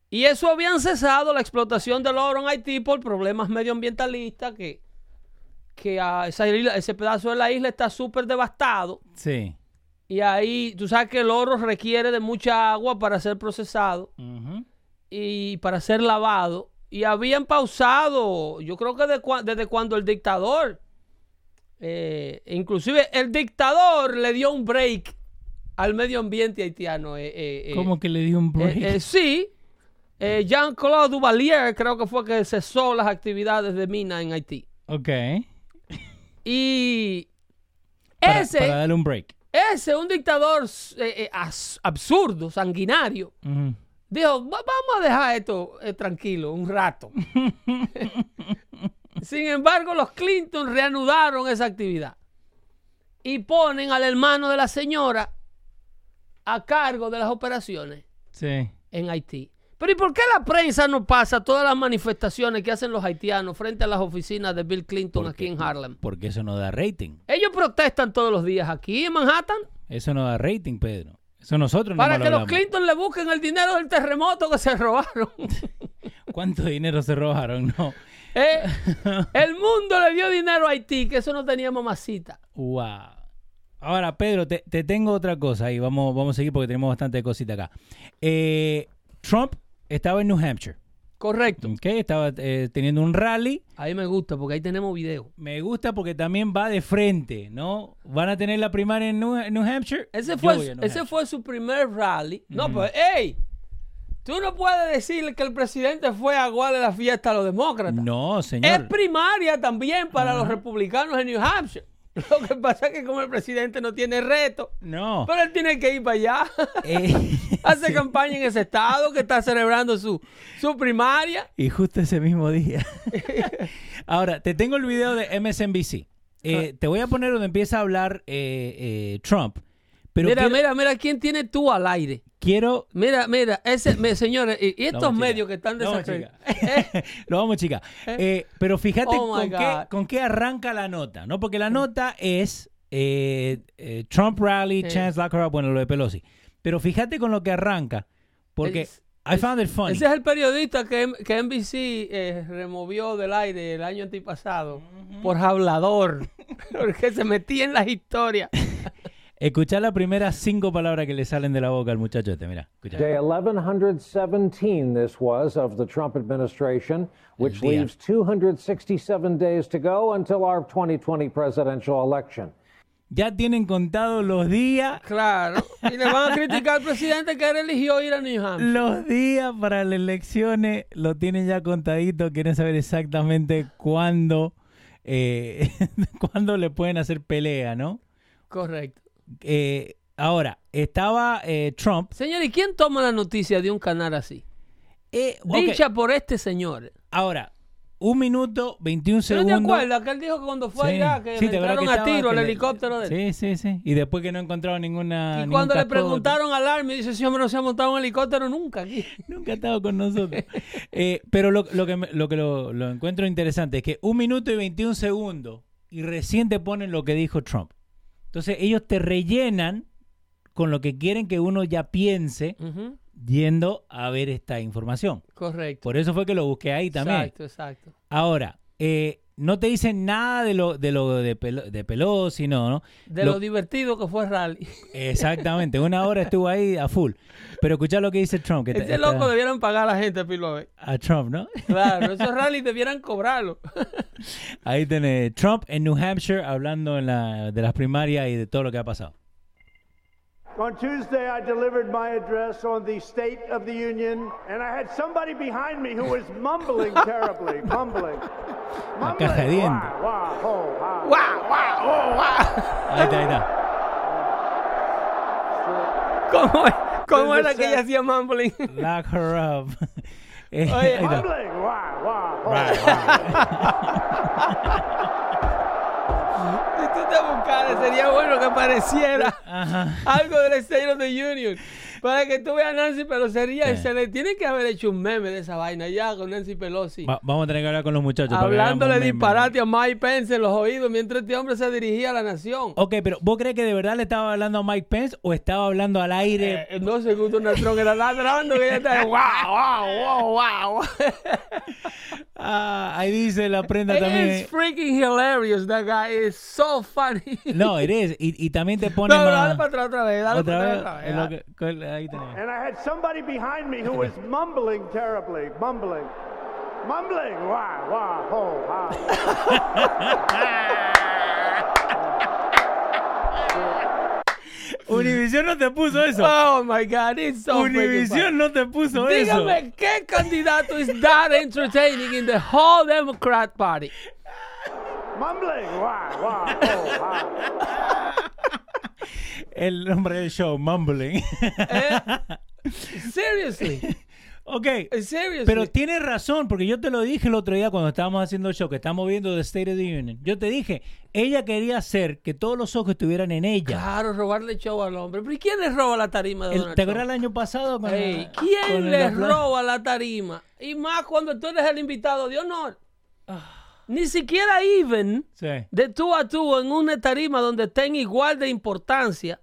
S1: Y eso habían cesado la explotación del oro en Haití por problemas medioambientalistas que, que a esa isla- ese pedazo de la isla está súper devastado.
S2: Sí.
S1: Y ahí, tú sabes que el oro requiere de mucha agua para ser procesado
S2: Ujú.
S1: y para ser lavado. Y habían pausado, yo creo que de cua- desde cuando el dictador, eh, inclusive el dictador le dio un break al medio ambiente haitiano. eh, eh, eh.
S2: ¿Cómo que le dio un break?
S1: Eh, eh, sí, eh, Jean-Claude Duvalier creo que fue que cesó las actividades de mina en Haití.
S2: ok.
S1: Y
S2: Para,
S1: ese,
S2: para darle un break.
S1: ese, un dictador eh, eh, as- absurdo, sanguinario,
S2: Ujú.
S1: Dijo, "Va- vamos a dejar esto eh, tranquilo un
S2: [laughs]
S1: rato. Sin embargo, los Clinton reanudaron esa actividad y ponen al hermano de la señora a cargo de las operaciones
S2: Sí.
S1: en Haití. Pero ¿y por qué la prensa no pasa todas las manifestaciones que hacen los haitianos frente a las oficinas de Bill Clinton aquí en Harlem?
S2: Porque eso no da rating.
S1: Ellos protestan todos los días aquí en Manhattan
S2: Eso no da rating, Pedro. Eso nosotros no
S1: para
S2: lo
S1: que los
S2: hablamos.
S1: Clinton le busquen el dinero del terremoto que se robaron.
S2: [laughs] ¿Cuánto dinero se robaron? No.
S1: Eh, el mundo le dio dinero a Haití, que eso no tenía mamacita.
S2: Wow. Ahora, Pedro, te, te tengo otra cosa ahí. Vamos, vamos a seguir porque tenemos bastante cosita acá. Eh, Trump estaba en New Hampshire.
S1: Correcto.
S2: ok, Estaba eh, teniendo un rally.
S1: Ahí me gusta porque ahí tenemos video.
S2: Me gusta porque también va de frente, ¿no? Van a tener la primaria en New, en New Hampshire.
S1: Ese
S2: Yo voy
S1: fue,
S2: a New
S1: ese
S2: Hampshire.
S1: fue su primer rally. No, pues, ¡ey! Tú no puedes decirle que el presidente fue a aguarle la fiesta a los demócratas.
S2: No,
S1: Es
S2: señor.
S1: primaria también para los republicanos en New Hampshire. [laughs] Lo que pasa es que como el presidente no tiene reto, [laughs]
S2: No.
S1: pero él tiene que ir para allá. [laughs]
S2: Eh,
S1: Hace campaña en ese estado que está celebrando su, su primaria.
S2: Y justo ese mismo día. [laughs] Ahora, te tengo el video de MSNBC.
S1: Ah.
S2: Eh, te voy a poner donde empieza a hablar eh, eh, Trump. Pero
S1: mira,
S2: quiero,
S1: mira, mira quién tiene tú al aire.
S2: quiero- [laughs]
S1: Mira, mira, ese, me- señores, y, y estos
S2: vamos, chica.
S1: medios que están
S2: No, vamos, chica. [laughs]
S1: desacreditados.
S2: Lo vamos, chica. Eh, pero fíjate
S1: Oh, my
S2: con, qué,
S1: God. Mm.
S2: con qué arranca la nota, ¿no? Porque la nota es eh, eh, Trump Rally,
S1: Eh.
S2: Chance Locker Up, bueno, lo de Pelosi. Pero fíjate con lo que arranca, porque
S1: Es-
S2: I found it funny.
S1: Ese es el periodista que, M- que NBC eh, removió del aire el año antipasado por hablador, [laughs] porque se metía en las historias.
S2: Escuchá las primeras cinco palabras que le salen de la boca al muchacho este, mira. escuchá.
S3: Day 1117, this was of the Trump administration, which
S2: El día.
S3: leaves 267 days to go until our 2020 presidential election.
S2: Ya tienen contados los días
S1: Claro, y le van a criticar al presidente que él eligió ir a New Hampshire. [laughs]
S2: Los días para las elecciones lo tienen ya contadito. Quieren saber exactamente cuándo, eh, [laughs] cuándo le pueden hacer pelea, ¿no?
S1: Correcto.
S2: Eh, ahora, estaba eh, Trump.
S1: Señor, ¿y quién toma la noticia de un canal así?
S2: Eh, ok,
S1: Dicha por este señor.
S2: Ahora, Un minuto, 21
S1: ¿Tú no te
S2: segundos.
S1: acuerdas que él dijo que cuando fue
S2: Sí.
S1: allá que
S2: Sí,
S1: le
S2: ¿te acuerdas
S1: entraron
S2: que
S1: a
S2: estaba,
S1: tiro
S2: que
S1: al
S2: le-
S1: helicóptero de él?
S2: Sí, sí, sí. Y después que no encontraron ninguna.
S1: Y
S2: ningún
S1: cuando le
S2: casco.
S1: preguntaron al Army, dice, ese hombre no se ha montado en un helicóptero nunca aquí.
S2: Nunca ha estado con nosotros. Eh, pero lo, lo que, me- lo, que lo, lo encuentro interesante es que un minuto y 21 segundos y recién te ponen lo que dijo Trump. Entonces ellos te rellenan con lo que quieren que uno ya piense
S1: Ujú,
S2: yendo a ver esta información.
S1: Correcto.
S2: Por eso fue que lo busqué ahí también.
S1: Exacto, exacto.
S2: Ahora, eh, no te dicen nada de lo de, lo de, Pelo- de Pelosi, no, ¿no?
S1: De
S2: Lo-
S1: lo, divertido que fue el Rally.
S2: [laughs] Exactamente, una hora estuvo ahí a full. Pero escucha lo que dice Trump. Que
S1: Ese
S2: está-
S1: loco
S2: está-
S1: debieran pagar a la gente, Pilo. a ver.
S2: A Trump, ¿no?
S1: Claro,
S2: [laughs]
S1: esos rallies debieran cobrarlo.
S2: Ahí tenés Trump en New Hampshire hablando en la- de las primarias y de todo lo que ha pasado.
S4: On Tuesday, I delivered my address on the State of the Union, and I had somebody behind me who was
S2: [laughs]
S4: mumbling terribly, mumbling.
S2: caja de
S4: Mumbling.
S2: dientes.
S4: Wah, wah, ho, ha.
S2: Ahí está, ahí está.
S1: ¿Cómo, cómo era que ella hacía
S2: [laughs]
S1: mumbling?
S2: Lock her up. [laughs] Eh,
S1: Oye,
S2: ahí está.
S4: Mumbling. Wah, wah, ho.
S1: ah, Si tú te buscaras, sería bueno que apareciera
S2: Ajá.
S1: algo del State of the Union. Para que tú veas a Nancy, pero sería
S2: Sí.
S1: excelente. Tiene que haber hecho un meme de esa vaina ya con Nancy Pelosi.
S2: Va- vamos a tener que hablar con los muchachos. para que hagamos
S1: Hablándole
S2: un meme.
S1: disparate a Mike Pence en los oídos mientras este hombre se dirigía a la nación.
S2: Ok, pero ¿vos crees que de verdad le estaba hablando a Mike Pence o estaba hablando al aire?
S1: Eh, no sé, Gusto Natrón era ladrando que ella estaba wow, wow, wow,
S2: [laughs]
S1: wow.
S2: Ah, ahí dice la prenda también.
S1: It's freaking hilarious. That guy is so funny.
S2: No, eres. Y, y también te pone
S1: No, no, [laughs] dale
S2: más...
S1: para atrás otra vez, dale
S2: otra
S1: para atrás
S2: vez,
S1: otra
S2: es
S1: vez.
S2: lo
S1: dale.
S2: que- cuál- ahí tenés.
S4: And I had somebody behind me who was mumbling terribly, mumbling. Mumbling. Wah, wah, ho, ha.
S2: Univision no te puso eso.
S1: Oh my God, it's so freaking funny.
S2: Univision no te puso eso.
S1: Dígame qué candidato is that entertaining in the whole Democrat Party.
S4: Mumbling. Wah, wah, ho, ha.
S2: El nombre del show, Mumbling. [laughs]
S1: Eh, seriously,
S2: ok.
S1: eh, [laughs] seriously.
S2: Pero tienes razón, porque yo te lo dije el otro día cuando estábamos haciendo el show, que estamos viendo The State of the Union. Yo te dije, ella quería hacer que todos los ojos estuvieran en ella.
S1: claro, robarle show al hombre. ¿Pero y quién le roba la tarima de
S2: El-
S1: Donald
S2: ¿Te
S1: Trump?
S2: acuerdas el año pasado? con-
S1: Ey,
S2: con el
S1: ¿Quién le
S2: apla-
S1: roba la tarima? Y más cuando tú eres el invitado de honor.
S2: Ah.
S1: Ni siquiera even
S2: Sí.
S1: de tú a tú en una tarima donde estén igual de importancia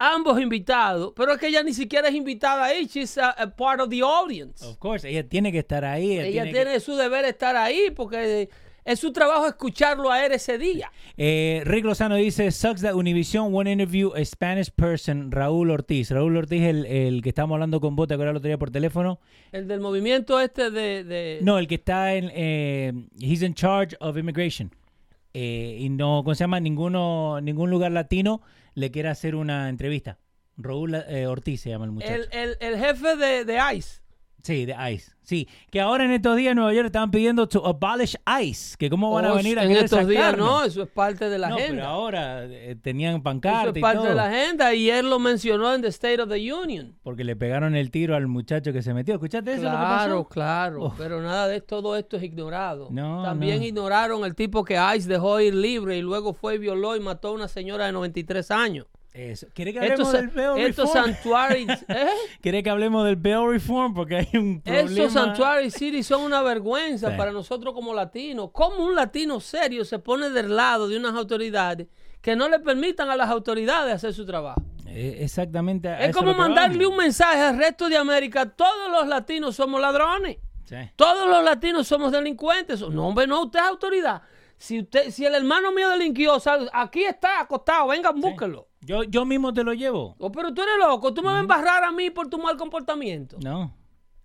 S1: ambos invitados, pero es que ella ni siquiera es invitada ahí, she's a, a part of the audience.
S2: Of course, ella tiene que estar ahí. Ella,
S1: ella
S2: tiene que-
S1: tiene su deber estar ahí porque es su trabajo escucharlo a él ese día.
S2: Eh, Rick Lozano dice, sucks that Univision won't interview a Spanish person, Raúl Ortiz. Raúl Ortiz, el, el que estábamos hablando con vos, ¿te acuerdas el otro día por teléfono?
S1: El del movimiento este de... de-
S2: No, el que está en, eh, he's in charge of immigration. Eh, y no, ¿cómo se llama? Ninguno, ningún lugar latino le quiere hacer una entrevista. Raúl eh, Ortiz se llama el muchacho.
S1: el, el- el jefe de, de ICE.
S2: Sí, de ICE. Sí, que ahora en estos días en Nueva York estaban pidiendo to abolish ICE, que cómo van a
S1: Oh,
S2: venir a
S1: en
S2: querer
S1: estos días
S2: sacarnos.
S1: no, eso es parte de la
S2: No,
S1: agenda.
S2: pero ahora eh, tenían
S1: Eso
S2: pancarta
S1: es
S2: y
S1: parte
S2: todo.
S1: de la agenda y él lo mencionó en The State of the Union.
S2: Porque le pegaron el tiro al muchacho que se metió. ¿Escuchaste eso? lo que
S1: Claro,
S2: pasó?
S1: claro,
S2: Uf.
S1: pero nada de todo esto es ignorado.
S2: No,
S1: También
S2: no.
S1: ignoraron al tipo que ICE dejó ir libre y luego fue y violó y mató a una señora de 93 años.
S2: Eso. ¿Quiere que hablemos
S1: Estos,
S2: del bail
S1: estos
S2: reform? [laughs]
S1: santuarios, ¿eh?
S2: ¿Quiere que hablemos del bail reform? Porque hay un problema.
S1: Esos Sanctuary City son una vergüenza
S2: Sí.
S1: para nosotros como latinos. ¿Cómo un latino serio se pone del lado de unas autoridades que no le permitan a las autoridades hacer su trabajo?
S2: Eh, exactamente. a
S1: Es
S2: eso
S1: como
S2: lo que
S1: mandarle
S2: vamos.
S1: un mensaje al resto de América. Todos los latinos somos ladrones.
S2: Sí.
S1: Todos los latinos somos delincuentes. No, hombre, no, usted es autoridad. Si, usted, si el hermano mío delinquió, sal- aquí está acostado, vengan, búsquenlo.
S2: Yo, yo mismo te lo llevo.
S1: Oh, pero tú eres loco, tú me vas a embarrar a mí por tu mal comportamiento.
S2: No.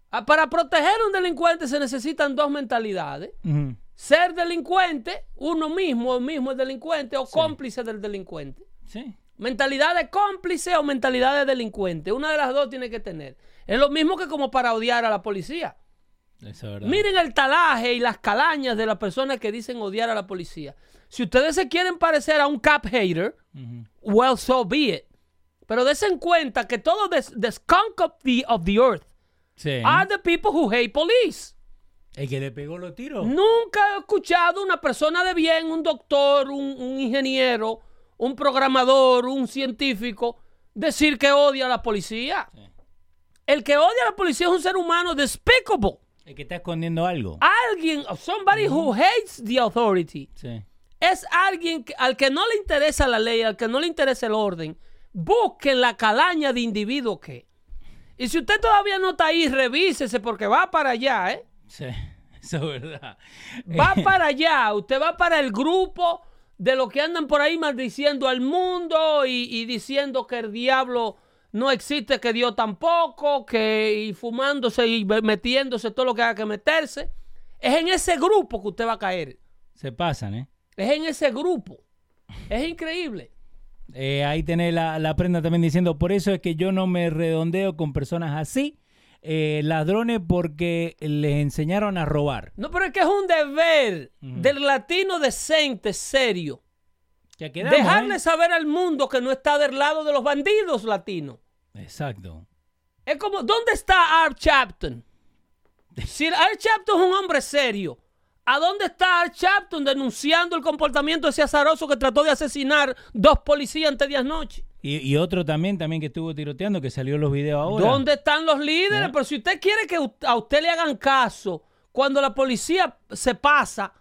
S1: Ah, Para proteger a un delincuente se necesitan dos mentalidades.
S2: Ujú.
S1: Ser delincuente, uno mismo, mismo es delincuente o cómplice del delincuente.
S2: Sí.
S1: Mentalidad de cómplice o mentalidad de delincuente. Una de las dos tiene que tener. Es lo mismo que como para odiar a la policía.
S2: Eso es verdad.
S1: Miren el talaje y las calañas de las personas que dicen odiar a la policía. Si ustedes se quieren parecer a un cap hater, well, so be it. Pero des en cuenta que todo the, the skunk of the, of the earth
S2: Sí.
S1: are the people who hate police.
S2: El que le pegó los tiros.
S1: Nunca he escuchado una persona de bien, un doctor, un, un ingeniero, un programador, un científico, decir que odia a la policía. El que odia a la policía es un ser humano despicable.
S2: El que está escondiendo algo.
S1: Ah. Alguien, somebody who hates the authority,
S2: Sí.
S1: es alguien que- al que no le interesa la ley, al que no le interesa el orden. Busquen la calaña de individuo que. Y si usted todavía no está ahí, revísese porque va para allá, ¿eh?
S2: Sí. [laughs] Eso es verdad. [laughs] Eh,
S1: va para allá, usted va para el grupo de los que andan por ahí maldiciendo al mundo y, y diciendo que el diablo no existe, que Dios tampoco, que y fumándose y be- metiéndose todo lo que haga que meterse. Es en ese grupo que usted va a caer.
S2: Se pasan, ¿eh?
S1: Es en ese grupo. Es increíble.
S2: Eh, ahí tenés la, la prenda también diciendo, por eso es que yo no me redondeo con personas así, eh, ladrones, porque les enseñaron a robar.
S1: No, pero es que es un deber del latino decente, serio.
S2: Ya quedamos,
S1: Dejarle
S2: ¿eh?
S1: saber al mundo que no está del lado de los bandidos latinos.
S2: Exacto.
S1: Es como, ¿dónde está Art Chapton? Si Art Chapton es un hombre serio, ¿a dónde está Art Chapton denunciando el comportamiento de ese azaroso que trató de asesinar dos policías antes de anoche?
S2: Y, y otro también, también que estuvo tiroteando, que salió en los videos ahora.
S1: ¿Dónde están los líderes?
S2: Ya.
S1: Pero si usted quiere que u- a usted le hagan caso, cuando la policía se pasa,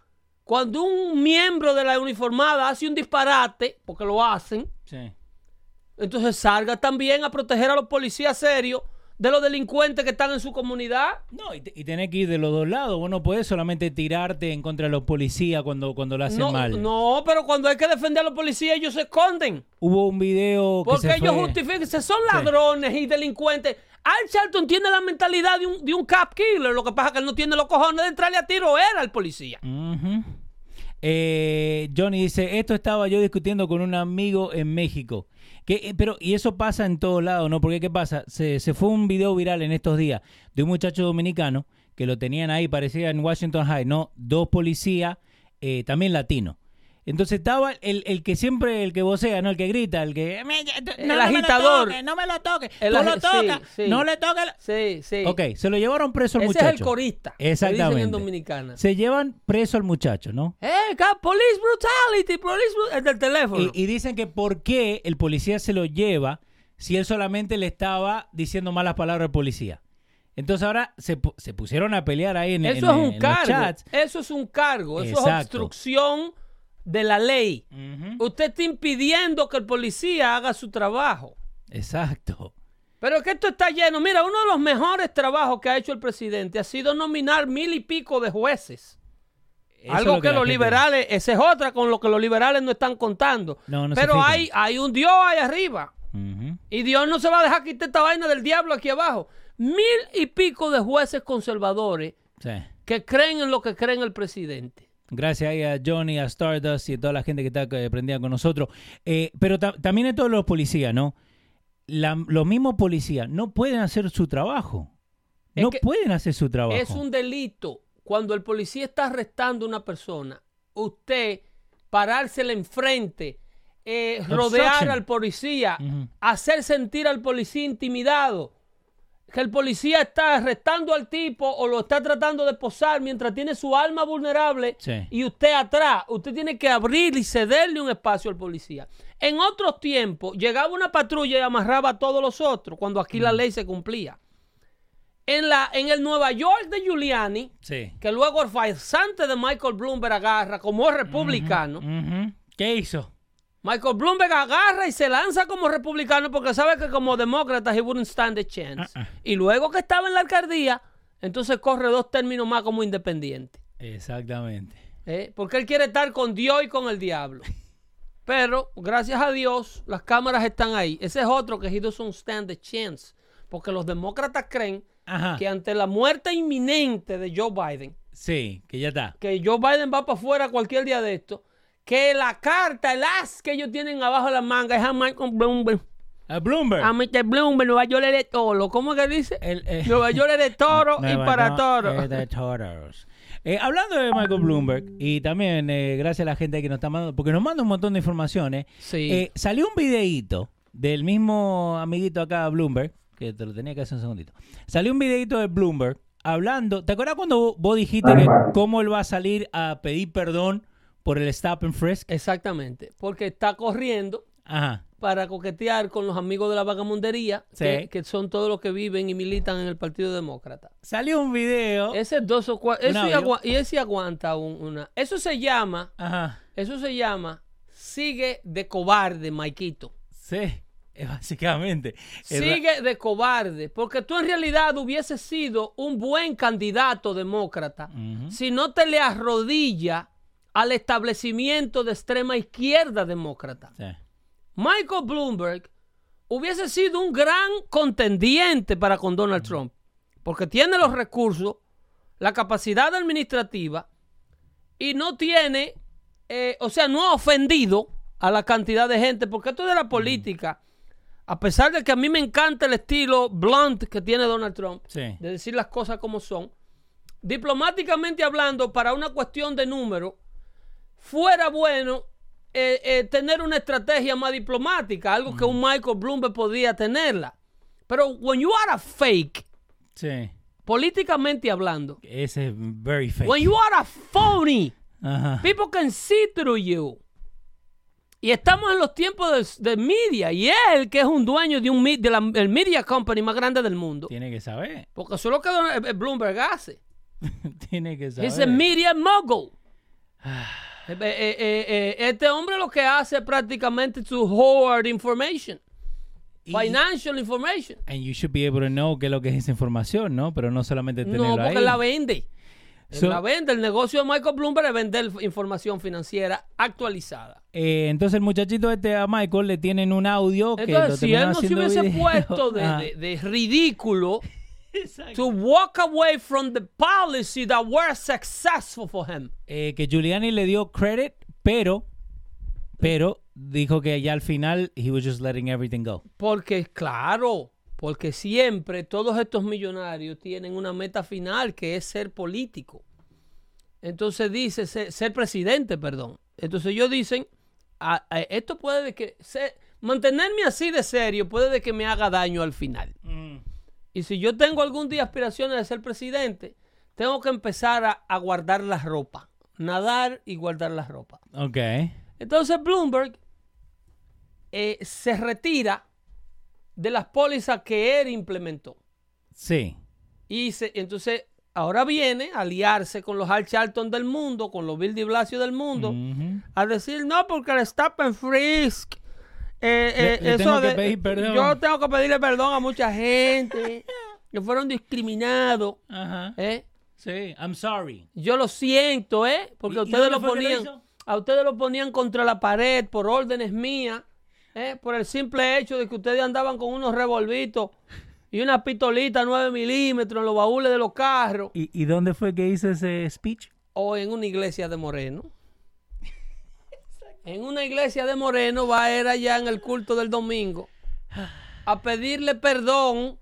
S1: cuando un miembro de la uniformada hace un disparate, porque lo hacen,
S2: Sí.
S1: entonces salga también a proteger a los policías serios de los delincuentes que están en su comunidad.
S2: No, y, te- y tenés que ir de los dos lados. Vos no podés solamente tirarte en contra de los policías cuando, cuando lo hacen
S1: no,
S2: mal.
S1: no, pero cuando hay que defender a los policías, ellos se esconden.
S2: Hubo un video que
S1: Porque
S2: se
S1: ellos
S2: fue-
S1: justifican, se son ladrones y delincuentes. Al Charlton tiene la mentalidad de un, de un cap killer. Lo que pasa es que él no tiene los cojones de entrarle a tiro era al policía.
S2: Ujú. Eh, Johnny dice, esto estaba yo discutiendo con un amigo en México. Que, eh, pero, y eso pasa en todos lados, ¿no? Porque, ¿qué pasa? Se, se fue un video viral en estos días de un muchacho dominicano que lo tenían ahí, parecía en Washington High, ¿no? Dos policías, eh, también latinos. Entonces estaba el, el que siempre, el que vocea, ¿no? El que grita, el que...
S1: El agitador.
S2: No me lo toques, no me
S1: El
S2: lo
S1: agi-
S2: toques, tú lo tocas,
S1: sí, sí.
S2: no le toques... la-".
S1: Sí, sí.
S2: Ok, se lo llevaron preso al
S1: Ese
S2: muchacho.
S1: es el corista. que
S2: Exactamente.
S1: Dicen en Dominicana.
S2: Se llevan preso al muchacho, ¿no?
S1: Eh, ca- police brutality, police brutality. El del teléfono.
S2: Y, y dicen que por qué el policía se lo lleva si él solamente le estaba diciendo malas palabras al policía. Entonces ahora se, pu- se pusieron a pelear ahí en,
S1: eso
S2: en-
S1: es
S2: en
S1: un
S2: los
S1: cargo.
S2: chats.
S1: Eso es un cargo. Eso es
S2: Exacto. Mm.
S1: obstrucción de la ley. Usted está impidiendo que el policía haga su trabajo.
S2: Exacto.
S1: Pero es que esto está lleno. Mira, uno de los mejores trabajos que ha hecho el presidente ha sido nominar mil y pico de jueces.
S2: Eso
S1: Algo
S2: es
S1: que,
S2: la
S1: los
S2: gente-
S1: liberales, esa es otra con lo que los liberales no están contando.
S2: No, no se
S1: Pero
S2: fijan.
S1: hay, hay un Dios ahí arriba.
S2: Ujú.
S1: Y Dios no se va a dejar quitar esta vaina del diablo aquí abajo. Mil y pico de jueces conservadores
S2: Sí.
S1: que creen en lo que creen el presidente.
S2: Gracias ahí a Johnny, a Stardust y a toda la gente que está eh, prendida con nosotros. Eh, pero ta- también a todos los policías, ¿no? La- los mismos policías no pueden hacer su trabajo.
S1: Es
S2: No
S1: que
S2: pueden hacer su trabajo.
S1: Es un delito cuando el policía está arrestando a una persona, usted parársela enfrente, eh, rodear
S2: Obstruction.
S1: al policía,
S2: Ujú.
S1: hacer sentir al policía intimidado, que el policía está arrestando al tipo o lo está tratando de posar mientras tiene su alma vulnerable
S2: Sí.
S1: y usted atrás, usted tiene que abrir y cederle un espacio al policía. En otros tiempos llegaba una patrulla y amarraba a todos los otros cuando aquí la ley se cumplía. En, la, en el Nueva York de Giuliani,
S2: Sí.
S1: que luego el farsante de Michael Bloomberg agarra como es republicano,
S2: Ujú. ¿Qué hizo?
S1: Michael Bloomberg agarra y se lanza como republicano porque sabe que como demócrata he wouldn't stand a chance. Y luego que estaba en la alcaldía, entonces corre dos términos más como independiente.
S2: Exactamente.
S1: ¿eh? Porque él quiere estar con Dios y con el diablo. Pero, gracias a Dios, las cámaras están ahí. Ese es otro que he doesn't stand a chance. Porque los demócratas creen
S2: Ajá.
S1: que ante la muerte inminente de Joe Biden,
S2: Sí, que ya está.
S1: que Joe Biden va para afuera cualquier día de esto, que la carta, el as que ellos tienen abajo de la manga es a Michael Bloomberg.
S2: A Bloomberg.
S1: A Mr. Bloomberg, Nueva York eres toro. ¿Cómo que dice?
S2: Eh. El, eh,
S1: Nueva York eres
S2: [laughs]
S1: toro y
S2: Nueva
S1: para
S2: York
S1: toro.
S2: es eh, de toros. Eh, hablando de Michael Bloomberg, y también eh, gracias a la gente que nos está mandando, porque nos manda un montón de informaciones.
S1: Sí.
S2: Eh, salió un videíto del mismo amiguito acá, Bloomberg, que te lo tenía que hacer un segundito. Salió un videíto de Bloomberg hablando, ¿te acuerdas cuando vos- vos dijiste que cómo él va a salir a pedir perdón por el stop and frisk?
S1: Exactamente, porque está corriendo
S2: Ajá.
S1: para coquetear con los amigos de la vagamundería,
S2: Sí.
S1: que, que son todos los que viven y militan en el Partido Demócrata.
S2: Salió un video.
S1: Ese es dos o cuatro, eso
S2: Oh. Una
S1: y,
S2: vio-
S1: agua- y ese aguanta un- una. Eso se llama,
S2: Ajá.
S1: eso se llama, sigue de cobarde, Maikito.
S2: Sí, eh, básicamente. Es ra-
S1: Sigue de cobarde, porque tú en realidad hubieses sido un buen candidato demócrata
S2: Ujú.
S1: si no te le arrodilla al establecimiento de extrema izquierda demócrata.
S2: Sí.
S1: Michael Bloomberg hubiese sido un gran contendiente para con Donald Trump, porque tiene los recursos, la capacidad administrativa y no tiene, eh, o sea, no ha ofendido a la cantidad de gente, porque esto de la política, a pesar de que a mí me encanta el estilo blunt que tiene Donald Trump,
S2: Sí.
S1: de decir las cosas como son, diplomáticamente hablando, para una cuestión de número, fuera bueno eh, eh, tener una estrategia más diplomática, algo
S2: Mm.
S1: que un Michael Bloomberg podía tenerla. Pero when you are a fake,
S2: Sí.
S1: políticamente hablando,
S2: Ese es very fake.
S1: when you are a phony,
S2: Ajá.
S1: people can see through you. Y estamos en los tiempos de, de media. Y él, que es un dueño de un mi- de la- del media company más grande del mundo,
S2: Tiene que saber. [laughs]
S1: porque eso es lo que Donald- eh, Bloomberg hace.
S2: Tiene que
S1: He's a
S2: saber.
S1: media mogul. [sighs] Eh, eh, eh, eh, este hombre lo que hace es prácticamente to hoard information,
S2: Y-
S1: financial information.
S2: And you should be able to know qué es lo que es esa información, ¿no? Pero no solamente tenerlo
S1: No, porque
S2: Este ahí.
S1: la vende. Él
S2: So-
S1: la vende. El negocio de Michael Bloomberg es vender información financiera actualizada.
S2: Eh, entonces el muchachito este a Michael le tienen un audio que lo
S1: Entonces, si él
S2: terminaron
S1: no se
S2: haciendo
S1: hubiese
S2: video. Ah.
S1: puesto de,
S2: Ajá.
S1: de- de
S2: [laughs]
S1: ridículo to walk away from the policy that were successful for him.
S2: Eh, que Giuliani le dio credit, pero pero dijo que ya al final he was just letting everything go.
S1: Porque, claro, porque siempre todos estos millonarios tienen una meta final que es ser político. Entonces dice, se- ser, presidente, perdón. Entonces ellos dicen, "A- a- esto puede de que, se- mantenerme así de serio puede de que me haga daño al final. Y si yo tengo algún día aspiraciones de ser presidente, tengo que empezar a, a guardar la ropa. Nadar y guardar la ropa.
S2: Ok.
S1: Entonces Bloomberg eh, se retira de las pólizas que él implementó.
S2: Sí.
S1: Y se- entonces ahora viene a aliarse con los Al Charlton del mundo, con los Bill de Blasio del mundo,
S2: Ujú.
S1: a decir, no, porque el stop and frisk. eh,
S2: Le-
S1: eh,
S2: le
S1: eso
S2: tengo que
S1: de-
S2: pedir perdón.
S1: Yo tengo que pedirle perdón a mucha
S2: [laughs]
S1: gente que fueron discriminados.
S2: Ajá.
S1: ¿eh?
S2: Sí. I'm sorry.
S1: Yo lo siento, ¿eh? Porque
S2: ¿Y-
S1: a
S2: y
S1: ustedes
S2: dónde
S1: lo
S2: fue que lo
S1: ponían,
S2: hizo?
S1: a ustedes lo ponían contra la pared por órdenes mías, ¿eh? Por el simple hecho de que ustedes andaban con unos revolvitos y una pistolita 9 milímetros en los baúles de los carros
S2: ¿Y, y dónde fue que hizo ese speech?
S1: o en una iglesia de Moreno. En una iglesia de Moreno va a ir allá en el culto del domingo a pedirle perdón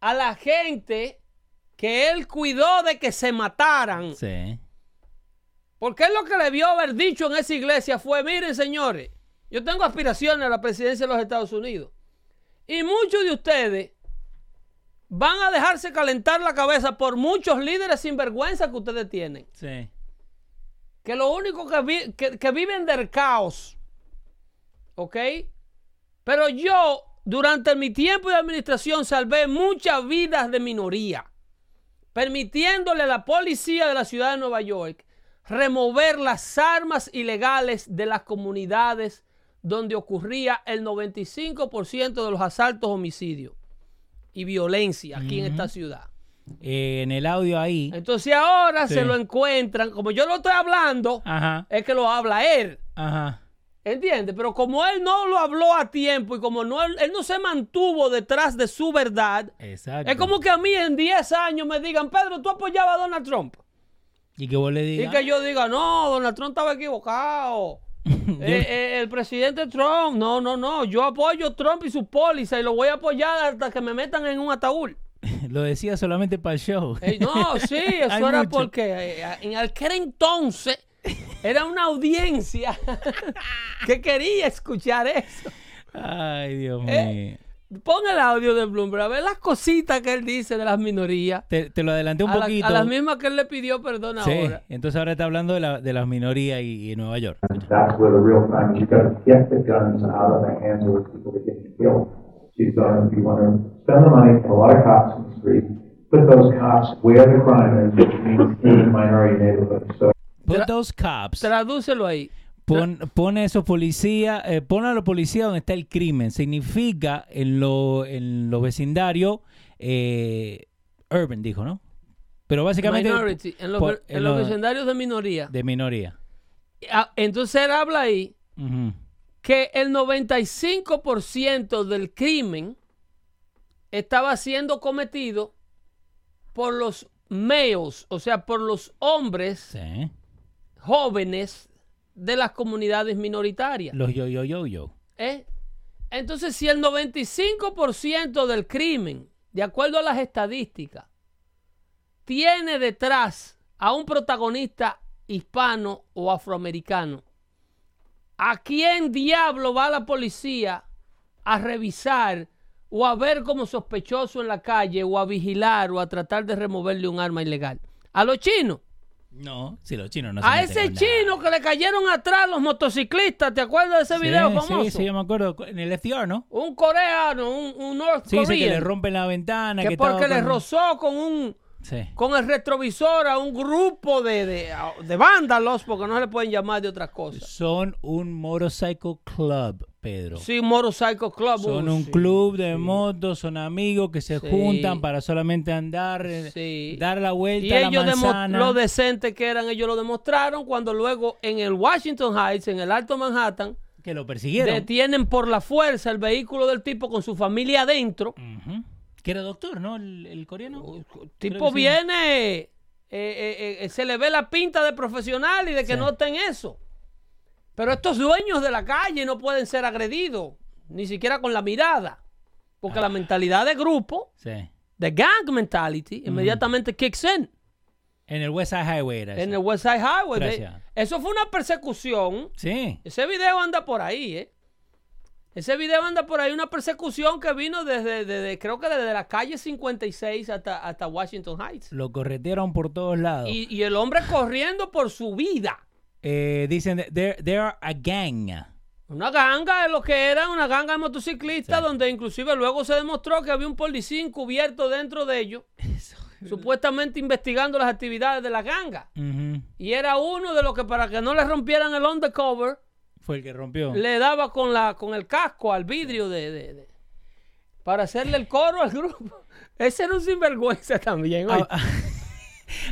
S1: a la gente que él cuidó de que se mataran.
S2: Sí.
S1: Porque él lo que le vio haber dicho en esa iglesia fue, miren señores, yo tengo aspiraciones a la presidencia de los Estados Unidos. Y muchos de ustedes van a dejarse calentar la cabeza por muchos líderes sinvergüenza que ustedes tienen.
S2: Sí.
S1: Que lo único que, vi- que- que viven del caos. ¿Ok? Pero yo, durante mi tiempo de administración, salvé muchas vidas de minoría. Permitiéndole a la policía de la ciudad de Nueva York remover las armas ilegales de las comunidades donde ocurría el 95% de los asaltos, homicidios y violencia aquí en esta ciudad.
S2: Eh, en el audio ahí.
S1: Entonces ahora
S2: Sí.
S1: se lo encuentran, como yo lo estoy hablando,
S2: Ajá.
S1: es que lo habla él.
S2: Ajá.
S1: ¿Entiendes? Pero como él no lo habló a tiempo y como no, él, él no se mantuvo detrás de su verdad,
S2: Exacto.
S1: es como que a mí en 10 años me digan, Pedro, tú apoyabas a Donald Trump.
S2: Y que vos le
S1: Y
S2: digas.
S1: que yo diga, no, Donald Trump estaba equivocado.
S2: [laughs]
S1: Eh, eh, el presidente Trump, no, no, no, yo apoyo a Trump y su póliza y lo voy a apoyar hasta que me metan en un ataúd.
S2: [laughs] Lo decía solamente para el show.
S1: Eh,
S2: [laughs]
S1: no, sí, eso
S2: Hay
S1: era
S2: mucho.
S1: porque eh, en aquel entonces era una [laughs]
S2: [laughs]
S1: audiencia que quería escuchar eso.
S2: Ay, Dios mío.
S1: Eh, Pon el audio de Bloomberg, a ver las cositas que él dice de las minorías.
S2: Te, te lo adelanté un
S1: a, la-
S2: poquito.
S1: a las mismas que él le pidió perdón
S2: sí,
S1: ahora.
S2: entonces ahora está hablando de, la- de las minorías y, y Nueva York.
S5: That's where the real, I mean, you've got to get the guns out of the hands of the people that get killed. So you've got to, you want to spend the money, put a lot of cops in the street, put those cops where the crime is, which means in minority neighborhoods. So
S2: Put
S1: Tra-
S2: those cops.
S1: Tradúcelo ahí.
S2: Pon, pon a esos policías, eh, pon a los policías donde está el crimen. Significa en los en los vecindarios eh, urban, dijo, ¿no? Pero básicamente
S1: Minority, en los,
S2: por-
S1: en los
S2: los-
S1: vecindarios de minoría.
S2: de minoría.
S1: Ah, Entonces él habla ahí
S2: Ujú.
S1: que el 95% del crimen estaba siendo cometido por los males, o sea, por los hombres
S2: Sí.
S1: jóvenes de las comunidades minoritarias.
S2: Los yo yo yo yo.
S1: ¿eh? Entonces, si el 95% del crimen, de acuerdo a las estadísticas, tiene detrás a un protagonista hispano o afroamericano, ¿a quién diablo va la policía a revisar o a ver como sospechoso en la calle o a vigilar o a tratar de removerle un arma ilegal? A los chinos.
S2: No, si los chinos no se
S1: A
S2: meten
S1: Ah, ese
S2: con nada.
S1: chino que le cayeron atrás los motociclistas, ¿te acuerdas de ese
S2: Sí,
S1: video famoso?
S2: Sí, sí, yo me acuerdo en el FDR, ¿no?
S1: Un coreano, un, un North
S2: Sí, sí, que
S1: Korean,
S2: le rompen la ventana,
S1: que
S2: que,
S1: porque
S2: estaba
S1: le
S2: con-
S1: rozó con un
S2: Sí.
S1: con el retrovisor a un grupo de, de, de vándalos, porque no se le pueden llamar de otras cosas.
S2: Son un motorcycle club, Pedro.
S1: Sí, Motorcycle Club.
S2: Son
S1: uh,
S2: un
S1: sí.
S2: club de motos, son amigos que se
S1: Sí.
S2: juntan para solamente andar, eh,
S1: Sí.
S2: dar la vuelta
S1: Y
S2: a la
S1: ellos demo-
S2: manzana.
S1: lo decente que eran, ellos lo demostraron cuando luego en el Washington Heights, en el Alto Manhattan,
S2: que lo persiguieron.
S1: detienen por la fuerza el vehículo del tipo con su familia adentro.
S2: Ujú. Que era doctor, ¿no? El, el coreano. Creo
S1: tipo
S2: que sí.
S1: viene, eh, eh, eh, se le ve la pinta de profesional y de que
S2: Sí.
S1: no está en eso. Pero estos dueños de la calle no pueden ser agredidos, ni siquiera con la mirada, porque la mentalidad de grupo,
S2: Sí.
S1: de gang mentality, inmediatamente kicks in
S2: En el West Side Highway era
S1: en
S2: eso.
S1: el West Side Highway. Ve-
S2: Gracias.
S1: Eso fue una persecución.
S2: Sí.
S1: Ese video anda por ahí, ¿eh? Ese video anda por ahí, una persecución que vino desde, desde- creo que desde la calle 56 hasta, hasta Washington Heights.
S2: Lo corretearon por todos lados.
S1: Y, y el hombre corriendo por su vida.
S2: Eh, dicen, there, there are a gang.
S1: Una ganga de lo que era una ganga de motociclistas, donde inclusive luego se demostró que había un policía encubierto dentro de
S2: [laughs]
S1: ellos, supuestamente investigando las actividades de la ganga.
S2: Ujú.
S1: Y era uno de los que para que no le rompieran el undercover,
S2: Fue el que rompió.
S1: le daba con, la, con el casco al vidrio de, de- de- para hacerle el coro al grupo. [laughs] Ese era un sinvergüenza también. oye.
S2: Ah, [laughs]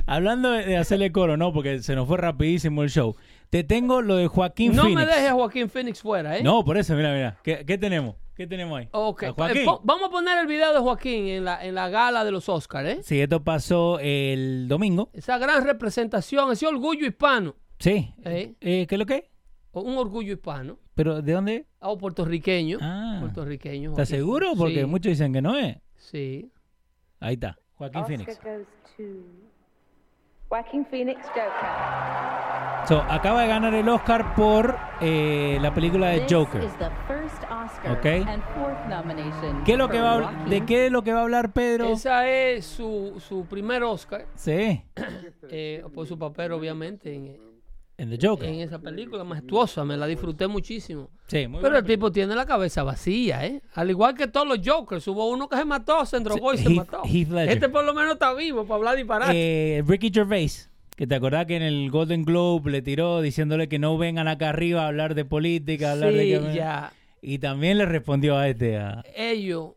S2: Hablando de de hacerle coro, no, porque se nos fue rapidísimo el show. Te tengo lo de Joaquín
S1: no
S2: Phoenix.
S1: me dejes a Joaquín Phoenix fuera, ¿eh?
S2: No, por eso, mira, mira. ¿Qué, qué tenemos? ¿Qué tenemos ahí?
S1: Ok,
S2: A Joaquín.
S1: eh, pon- vamos a poner el video de Joaquín en la, en la gala de los Oscars, ¿eh?
S2: Sí, esto pasó el domingo.
S1: Esa gran representación, ese orgullo hispano,
S2: Sí.
S1: ¿eh?
S2: Eh, ¿Qué es lo que?
S1: O Un orgullo hispano.
S2: ¿Pero de dónde?
S1: O puertorriqueño.
S2: Ah.
S1: puertorriqueño.
S2: ¿Estás
S1: Joaquín.
S2: seguro? Porque
S1: Sí,
S2: muchos dicen que no es.
S1: Sí.
S2: Ahí está.
S6: Ah,
S2: Joaquín
S7: Oscar
S2: Phoenix.
S7: goes to Joaquin Phoenix Joker.
S2: So, acaba de ganar el Oscar por eh, la película de
S6: This
S2: Joker.
S6: is the first Oscar
S2: Okay.
S6: and fourth nomination
S2: ¿Qué es lo
S6: for
S2: que va a habl-
S6: Joaquin
S2: ¿De qué es lo que va a hablar Pedro?
S1: Esa es su, su primer Oscar,
S2: Sí,
S1: eh, por su papel, obviamente, en,
S2: en The Joker.
S1: en esa película majestuosa. Me la disfruté muchísimo.
S2: Sí, muy
S1: Pero
S2: buena
S1: el tipo tiene la cabeza vacía, ¿eh? Al igual que todos los Jokers. Hubo uno que se mató, se drogó y
S2: Sí,
S1: se
S2: Heath-
S1: mató.
S2: Heath Ledger.
S1: Este por lo menos está vivo para hablar disparate.
S2: Eh, Ricky Gervais, que te acordás que en el Golden Globe le tiró diciéndole que no vengan acá arriba a hablar de política, a Eh, hablar de...
S1: sí,
S2: que-
S1: ya.
S2: Y también le respondió a este. a-
S1: Ellos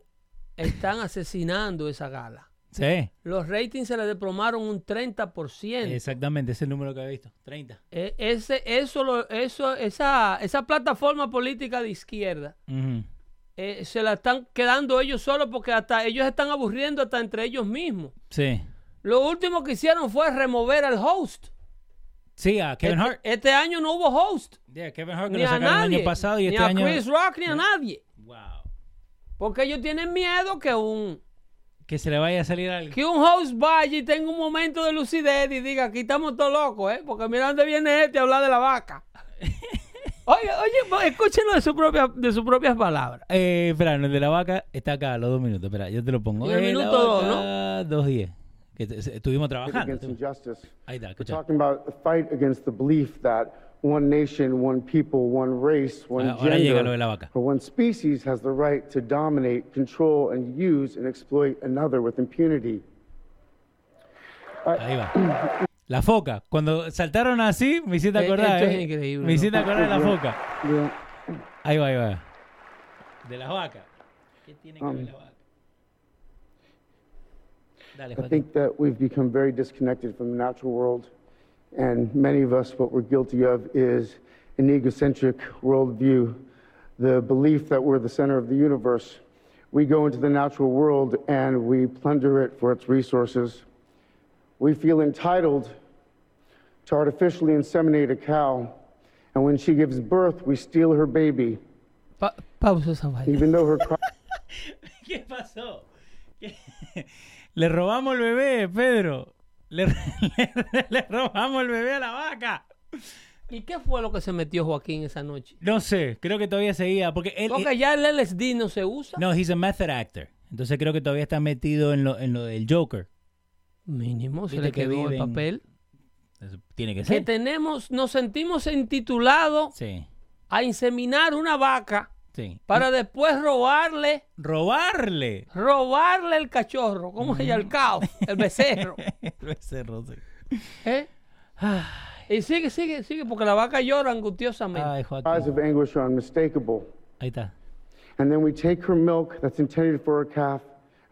S1: están asesinando esa gala.
S2: Sí,
S1: Los ratings se le deplomaron un 30%.
S2: exactamente, ese es el número que había visto. 30.
S1: E- Ese, eso, lo- eso, esa, esa plataforma política de izquierda
S2: Ujú.
S1: eh, se la están quedando ellos solos porque hasta ellos están aburriendo hasta entre ellos mismos.
S2: Sí.
S1: Lo último que hicieron fue remover al host.
S2: Sí, a Kevin
S1: este,
S2: Hart.
S1: este año no hubo host.
S2: Yeah, Kevin Hart que
S1: Ni
S2: lo
S1: a
S2: sacaron
S1: nadie.
S2: el año pasado y
S1: ni
S2: este
S1: a
S2: año...
S1: Chris Rock, ni a nadie.
S2: Wow.
S1: Porque ellos tienen miedo que un,
S2: Que se le vaya a salir algo.
S1: que un host vaya y tenga un momento de [laughs] lucidez y diga, aquí estamos todos locos, ¿eh? Porque mira dónde viene este a hablar de la vaca. Oye, oye, escúchenlo de, su propia, de sus propias palabras.
S2: Eh, Fran, el de la vaca está acá a los dos minutos. Espera, yo te lo pongo.
S1: Y el
S2: Eh, la
S1: minuto dos,
S2: vaca, Dos diez. Que te- se- estuvimos trabajando.
S8: against injustice.
S2: Ahí está,
S8: We're
S2: escucha.
S8: talking about the fight against the belief that one nation, one people, one race, one
S2: Ahora llega lo de la
S8: gender,
S2: vaca.
S8: or one species has the right to dominate, control, and use and exploit another with impunity.
S2: Ahí va. La foca. Cuando saltaron así, me hiciste
S1: Eh,
S2: acordar.
S1: esto es
S2: eh.
S1: increíble,
S2: Me hiciste
S1: ¿no?
S2: acordar de la foca.
S8: Yeah.
S2: Ahí va, ahí va. De las vacas. [laughs] ¿Qué tiene que ver la vaca? Dale,
S8: I
S2: Joaquín.
S8: think that we've become very disconnected from the natural world, and many of us, what we're guilty of is an egocentric worldview, the belief that we're the center of the universe. We go into the natural world and we plunder it for its resources. We feel entitled to artificially inseminate a cow, and when she gives birth, we steal her baby,
S1: Pa- pausa esa vaina.
S8: even though her. [laughs] cri-
S2: ¿Qué pasó? ¿Qué? [laughs] Le robamos el bebé, Pedro. Le, [laughs] le- le robamos el bebé a la vaca.
S1: [laughs] ¿Y qué fue lo que se metió Joaquín esa noche?
S2: No sé, creo que todavía seguía. Porque él.
S1: Porque
S2: él-
S1: ya el LSD no se usa.
S2: no, he's a method actor. Entonces creo que todavía está metido en lo, en lo del Joker.
S1: Mínimo, se
S2: Viste
S1: le
S2: que
S1: quedó el
S2: viven-
S1: papel.
S2: Eso tiene que
S1: Que
S2: ser.
S1: tenemos, nos sentimos intitulados
S2: Sí,
S1: a inseminar una vaca
S2: sí.
S1: para después robarle,
S2: Robarle.
S1: robarle el cachorro. ¿Cómo se llama? El caos, el [laughs] becerro.
S2: [laughs] El becerro, sí.
S1: ¿eh? Y sigue, sigue, sigue, porque la vaca llora angustiosamente.
S2: Ay,
S8: Cries
S2: Joaquín.
S8: of anguish are unmistakable.
S2: Ahí está.
S8: And then we take her milk that's intended for her calf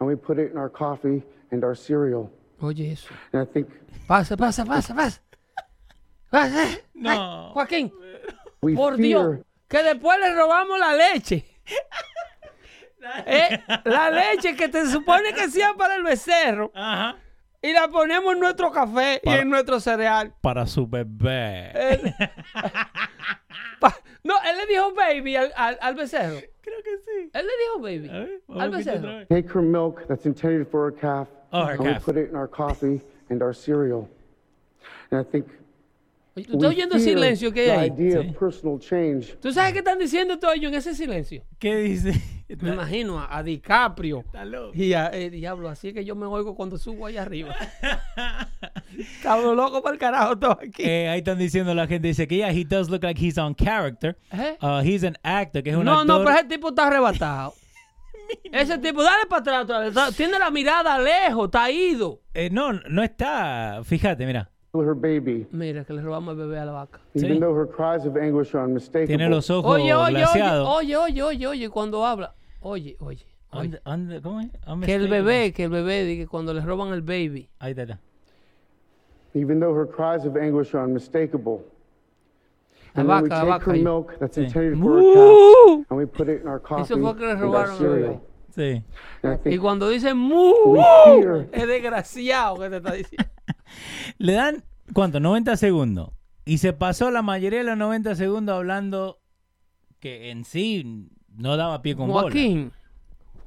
S8: and we put it in our coffee and our cereal.
S1: Oye eso.
S8: And I think
S1: Pasa, pasa, pasa, pasa. Pasa. Ay,
S2: No.
S1: Joaquín,
S8: we
S1: por Dios,
S8: fear
S1: que después le robamos la leche. Eh, La leche que te supone que sea para el becerro.
S2: Ajá.
S1: y la ponemos en nuestro café y en nuestro cereal.
S2: Para su bebé.
S1: Él- Pa- no, él le dijo baby al, al- al becerro.
S2: Creo que sí.
S1: Él le dijo
S2: A
S1: baby
S2: ver, vamos a
S1: al
S2: escuchar otra
S1: becerro.
S2: vez.
S8: take her milk that's intended for her calf
S2: Oh, her
S8: and
S2: calf.
S8: we put it in our coffee and our cereal. And I think
S1: Oye, ¿Tú
S8: we
S1: estás oyendo el
S8: fear
S1: silencio que
S8: the
S1: hay ahí?
S8: idea of personal change.
S1: ¿Tú sabes qué están diciendo todos ellos en ese silencio?
S2: ¿Qué dice?
S1: Me imagino a, a DiCaprio
S2: Está loco.
S1: y a eh, Diablo. Así es que yo me oigo cuando subo ahí
S2: [laughs]
S1: arriba. Estamos loco para el carajo todos aquí.
S2: [laughs] Eh, ahí están diciendo la gente dice que yeah, he does look like he's on character.
S1: ¿Eh?
S2: Uh, he's an actor, que es un
S1: no,
S2: actor.
S1: no, pero ese tipo está
S2: [laughs]
S1: arrebatado. ese tipo, dale para atrás otra vez. Está- Tiene la mirada lejos, está ido.
S2: Eh, no, no está. Fíjate, mira.
S8: Kill her baby,
S1: Mira, que le robamos el bebé a la vaca.
S8: even
S2: Sí.
S8: though her cries of anguish are unmistakable.
S2: Tiene los ojos
S1: Oh, Oye, oye, oye,
S2: glaseados.
S1: oye, oye, oye, oye, cuando habla. Oye, oye. oye.
S2: Ande- ande- ¿Cómo es? Ande-
S1: Que el bebé, que el bebé, di que cuando les roban el baby.
S2: Ahí está, está.
S8: even though her cries of anguish are unmistakable. And
S1: La
S8: then
S1: vaca,
S8: we take
S1: la vaca
S8: her
S1: ahí. ¡Uh!
S8: milk that's intended for her
S1: ¡Mu!
S8: calf and we put it in our coffee
S1: fue que le
S8: and
S1: robaron
S8: our
S1: al bebé.
S8: cereal.
S2: Sí.
S8: And I think
S1: Y cuando dice mu,
S8: fear.
S1: es desgraciado que te está diciendo.
S2: Le dan, ¿cuánto? 90 segundos. Y se pasó la mayoría de los 90 segundos hablando que en sí no daba pie con bola.
S1: Joaquín,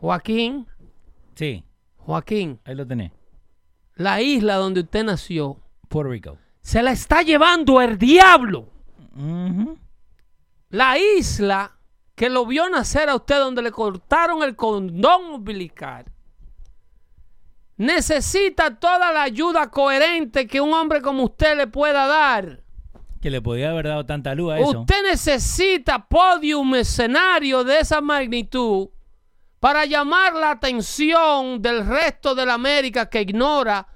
S1: Joaquín,
S2: Sí,
S1: Joaquín,
S2: ahí lo tenés.
S1: la isla donde usted nació
S2: Puerto Rico.
S1: se la está llevando el diablo.
S2: Ujú.
S1: La isla que lo vio nacer a usted donde le cortaron el condón umbilical. Necesita toda la ayuda coherente que un hombre como usted le pueda dar.
S2: Que le podía haber dado tanta luz a eso.
S1: Usted necesita podium, escenario de esa magnitud para llamar la atención del resto de la América que ignora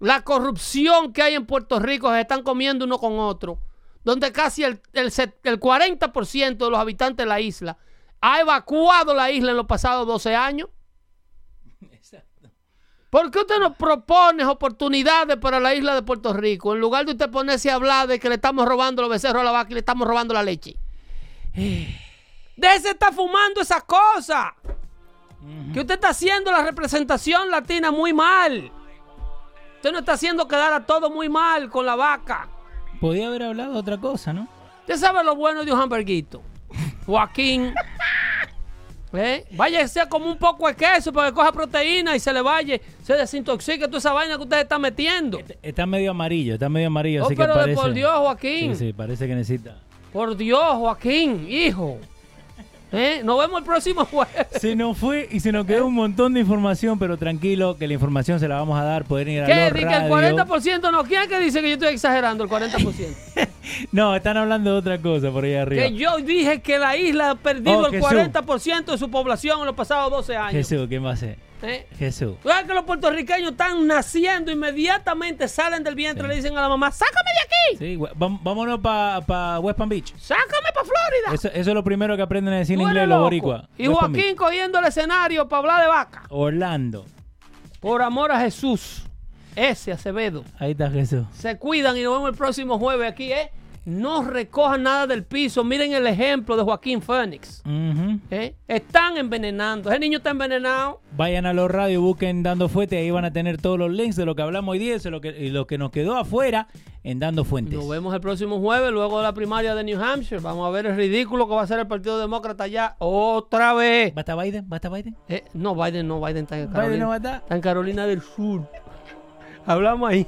S1: la corrupción que hay en Puerto Rico. Se están comiendo uno con otro. Donde casi el, el set- el 40% de los habitantes de la isla ha evacuado la isla en los pasados 12 años. ¿Por qué usted nos propone oportunidades para la isla de Puerto Rico? En lugar de usted ponerse a hablar de que le estamos robando los becerros a la vaca y le estamos robando la [sighs] leche. Déjese estar fumando esa cosa. Que usted está haciendo la representación latina muy mal. Usted no está haciendo quedar a todo muy mal con la vaca.
S2: Podía haber hablado otra cosa, ¿no?
S1: Usted sabe lo bueno de un hamburguito. Joaquín. ¿Eh? Váyase como un poco de queso para que coja proteína y se le vaya, se desintoxique toda esa vaina que usted está metiendo.
S2: Está medio amarillo, está medio amarillo,
S1: Oh,
S2: así
S1: pero
S2: que
S1: de
S2: parece...
S1: por Dios, Joaquín.
S2: Sí, sí, parece que necesita...
S1: Por Dios, Joaquín, hijo. ¿Eh? Nos vemos el próximo
S2: [laughs]
S1: jueves.
S2: Se nos fue y se nos quedó un montón de información, pero tranquilo que la información se la vamos a dar. Pueden ir a
S1: ¿Qué?
S2: los
S1: Di que el
S2: radio.
S1: 40% no quiere que dice que yo estoy exagerando, el 40%.
S2: [laughs] No, están hablando de otra cosa por ahí arriba.
S1: que yo dije que la isla ha perdido
S2: Oh,
S1: el
S2: Jesús.
S1: 40% de su población en los pasados 12 años.
S2: Jesús, ¿qué va a hacer?
S1: ¿Eh?
S2: Jesús.
S1: Tú sabes que los puertorriqueños están naciendo, inmediatamente salen del vientre y le dicen a la mamá, sácame de aquí,
S2: Sí, gua- vam- vámonos para West Palm Beach.
S1: sácame para Florida.
S2: Eso, eso es lo primero que aprenden a decir en
S1: Tú
S2: inglés
S1: eres
S2: los
S1: loco.
S2: boricuas.
S1: Y
S2: West Palm
S1: Joaquín cogiendo el escenario para hablar de vaca.
S2: Beach. Orlando.
S1: Por amor a Jesús, ese Acevedo.
S2: Ahí está Jesús.
S1: Se cuidan y nos vemos el próximo jueves aquí, ¿eh? No recojan nada del piso. Miren el ejemplo de Joaquín Fénix.
S2: Ujú.
S1: ¿eh? Están envenenando. Ese niño está envenenado.
S2: Vayan a los radios, busquen Dando Fuente, ahí van a tener todos los links de lo que hablamos hoy día y de lo que, y lo que nos quedó afuera en Dando Fuentes.
S1: Nos vemos el próximo jueves, luego de la primaria de New Hampshire. Vamos a ver el ridículo que va a ser el Partido Demócrata ya otra vez.
S2: ¿Va a estar Biden? ¿Va a estar Biden?
S1: Eh, no, Biden no, Biden está en
S2: ¿Biden no
S1: Carolina.
S2: va a estar?
S1: Está en Carolina del Sur. Hablamos ahí.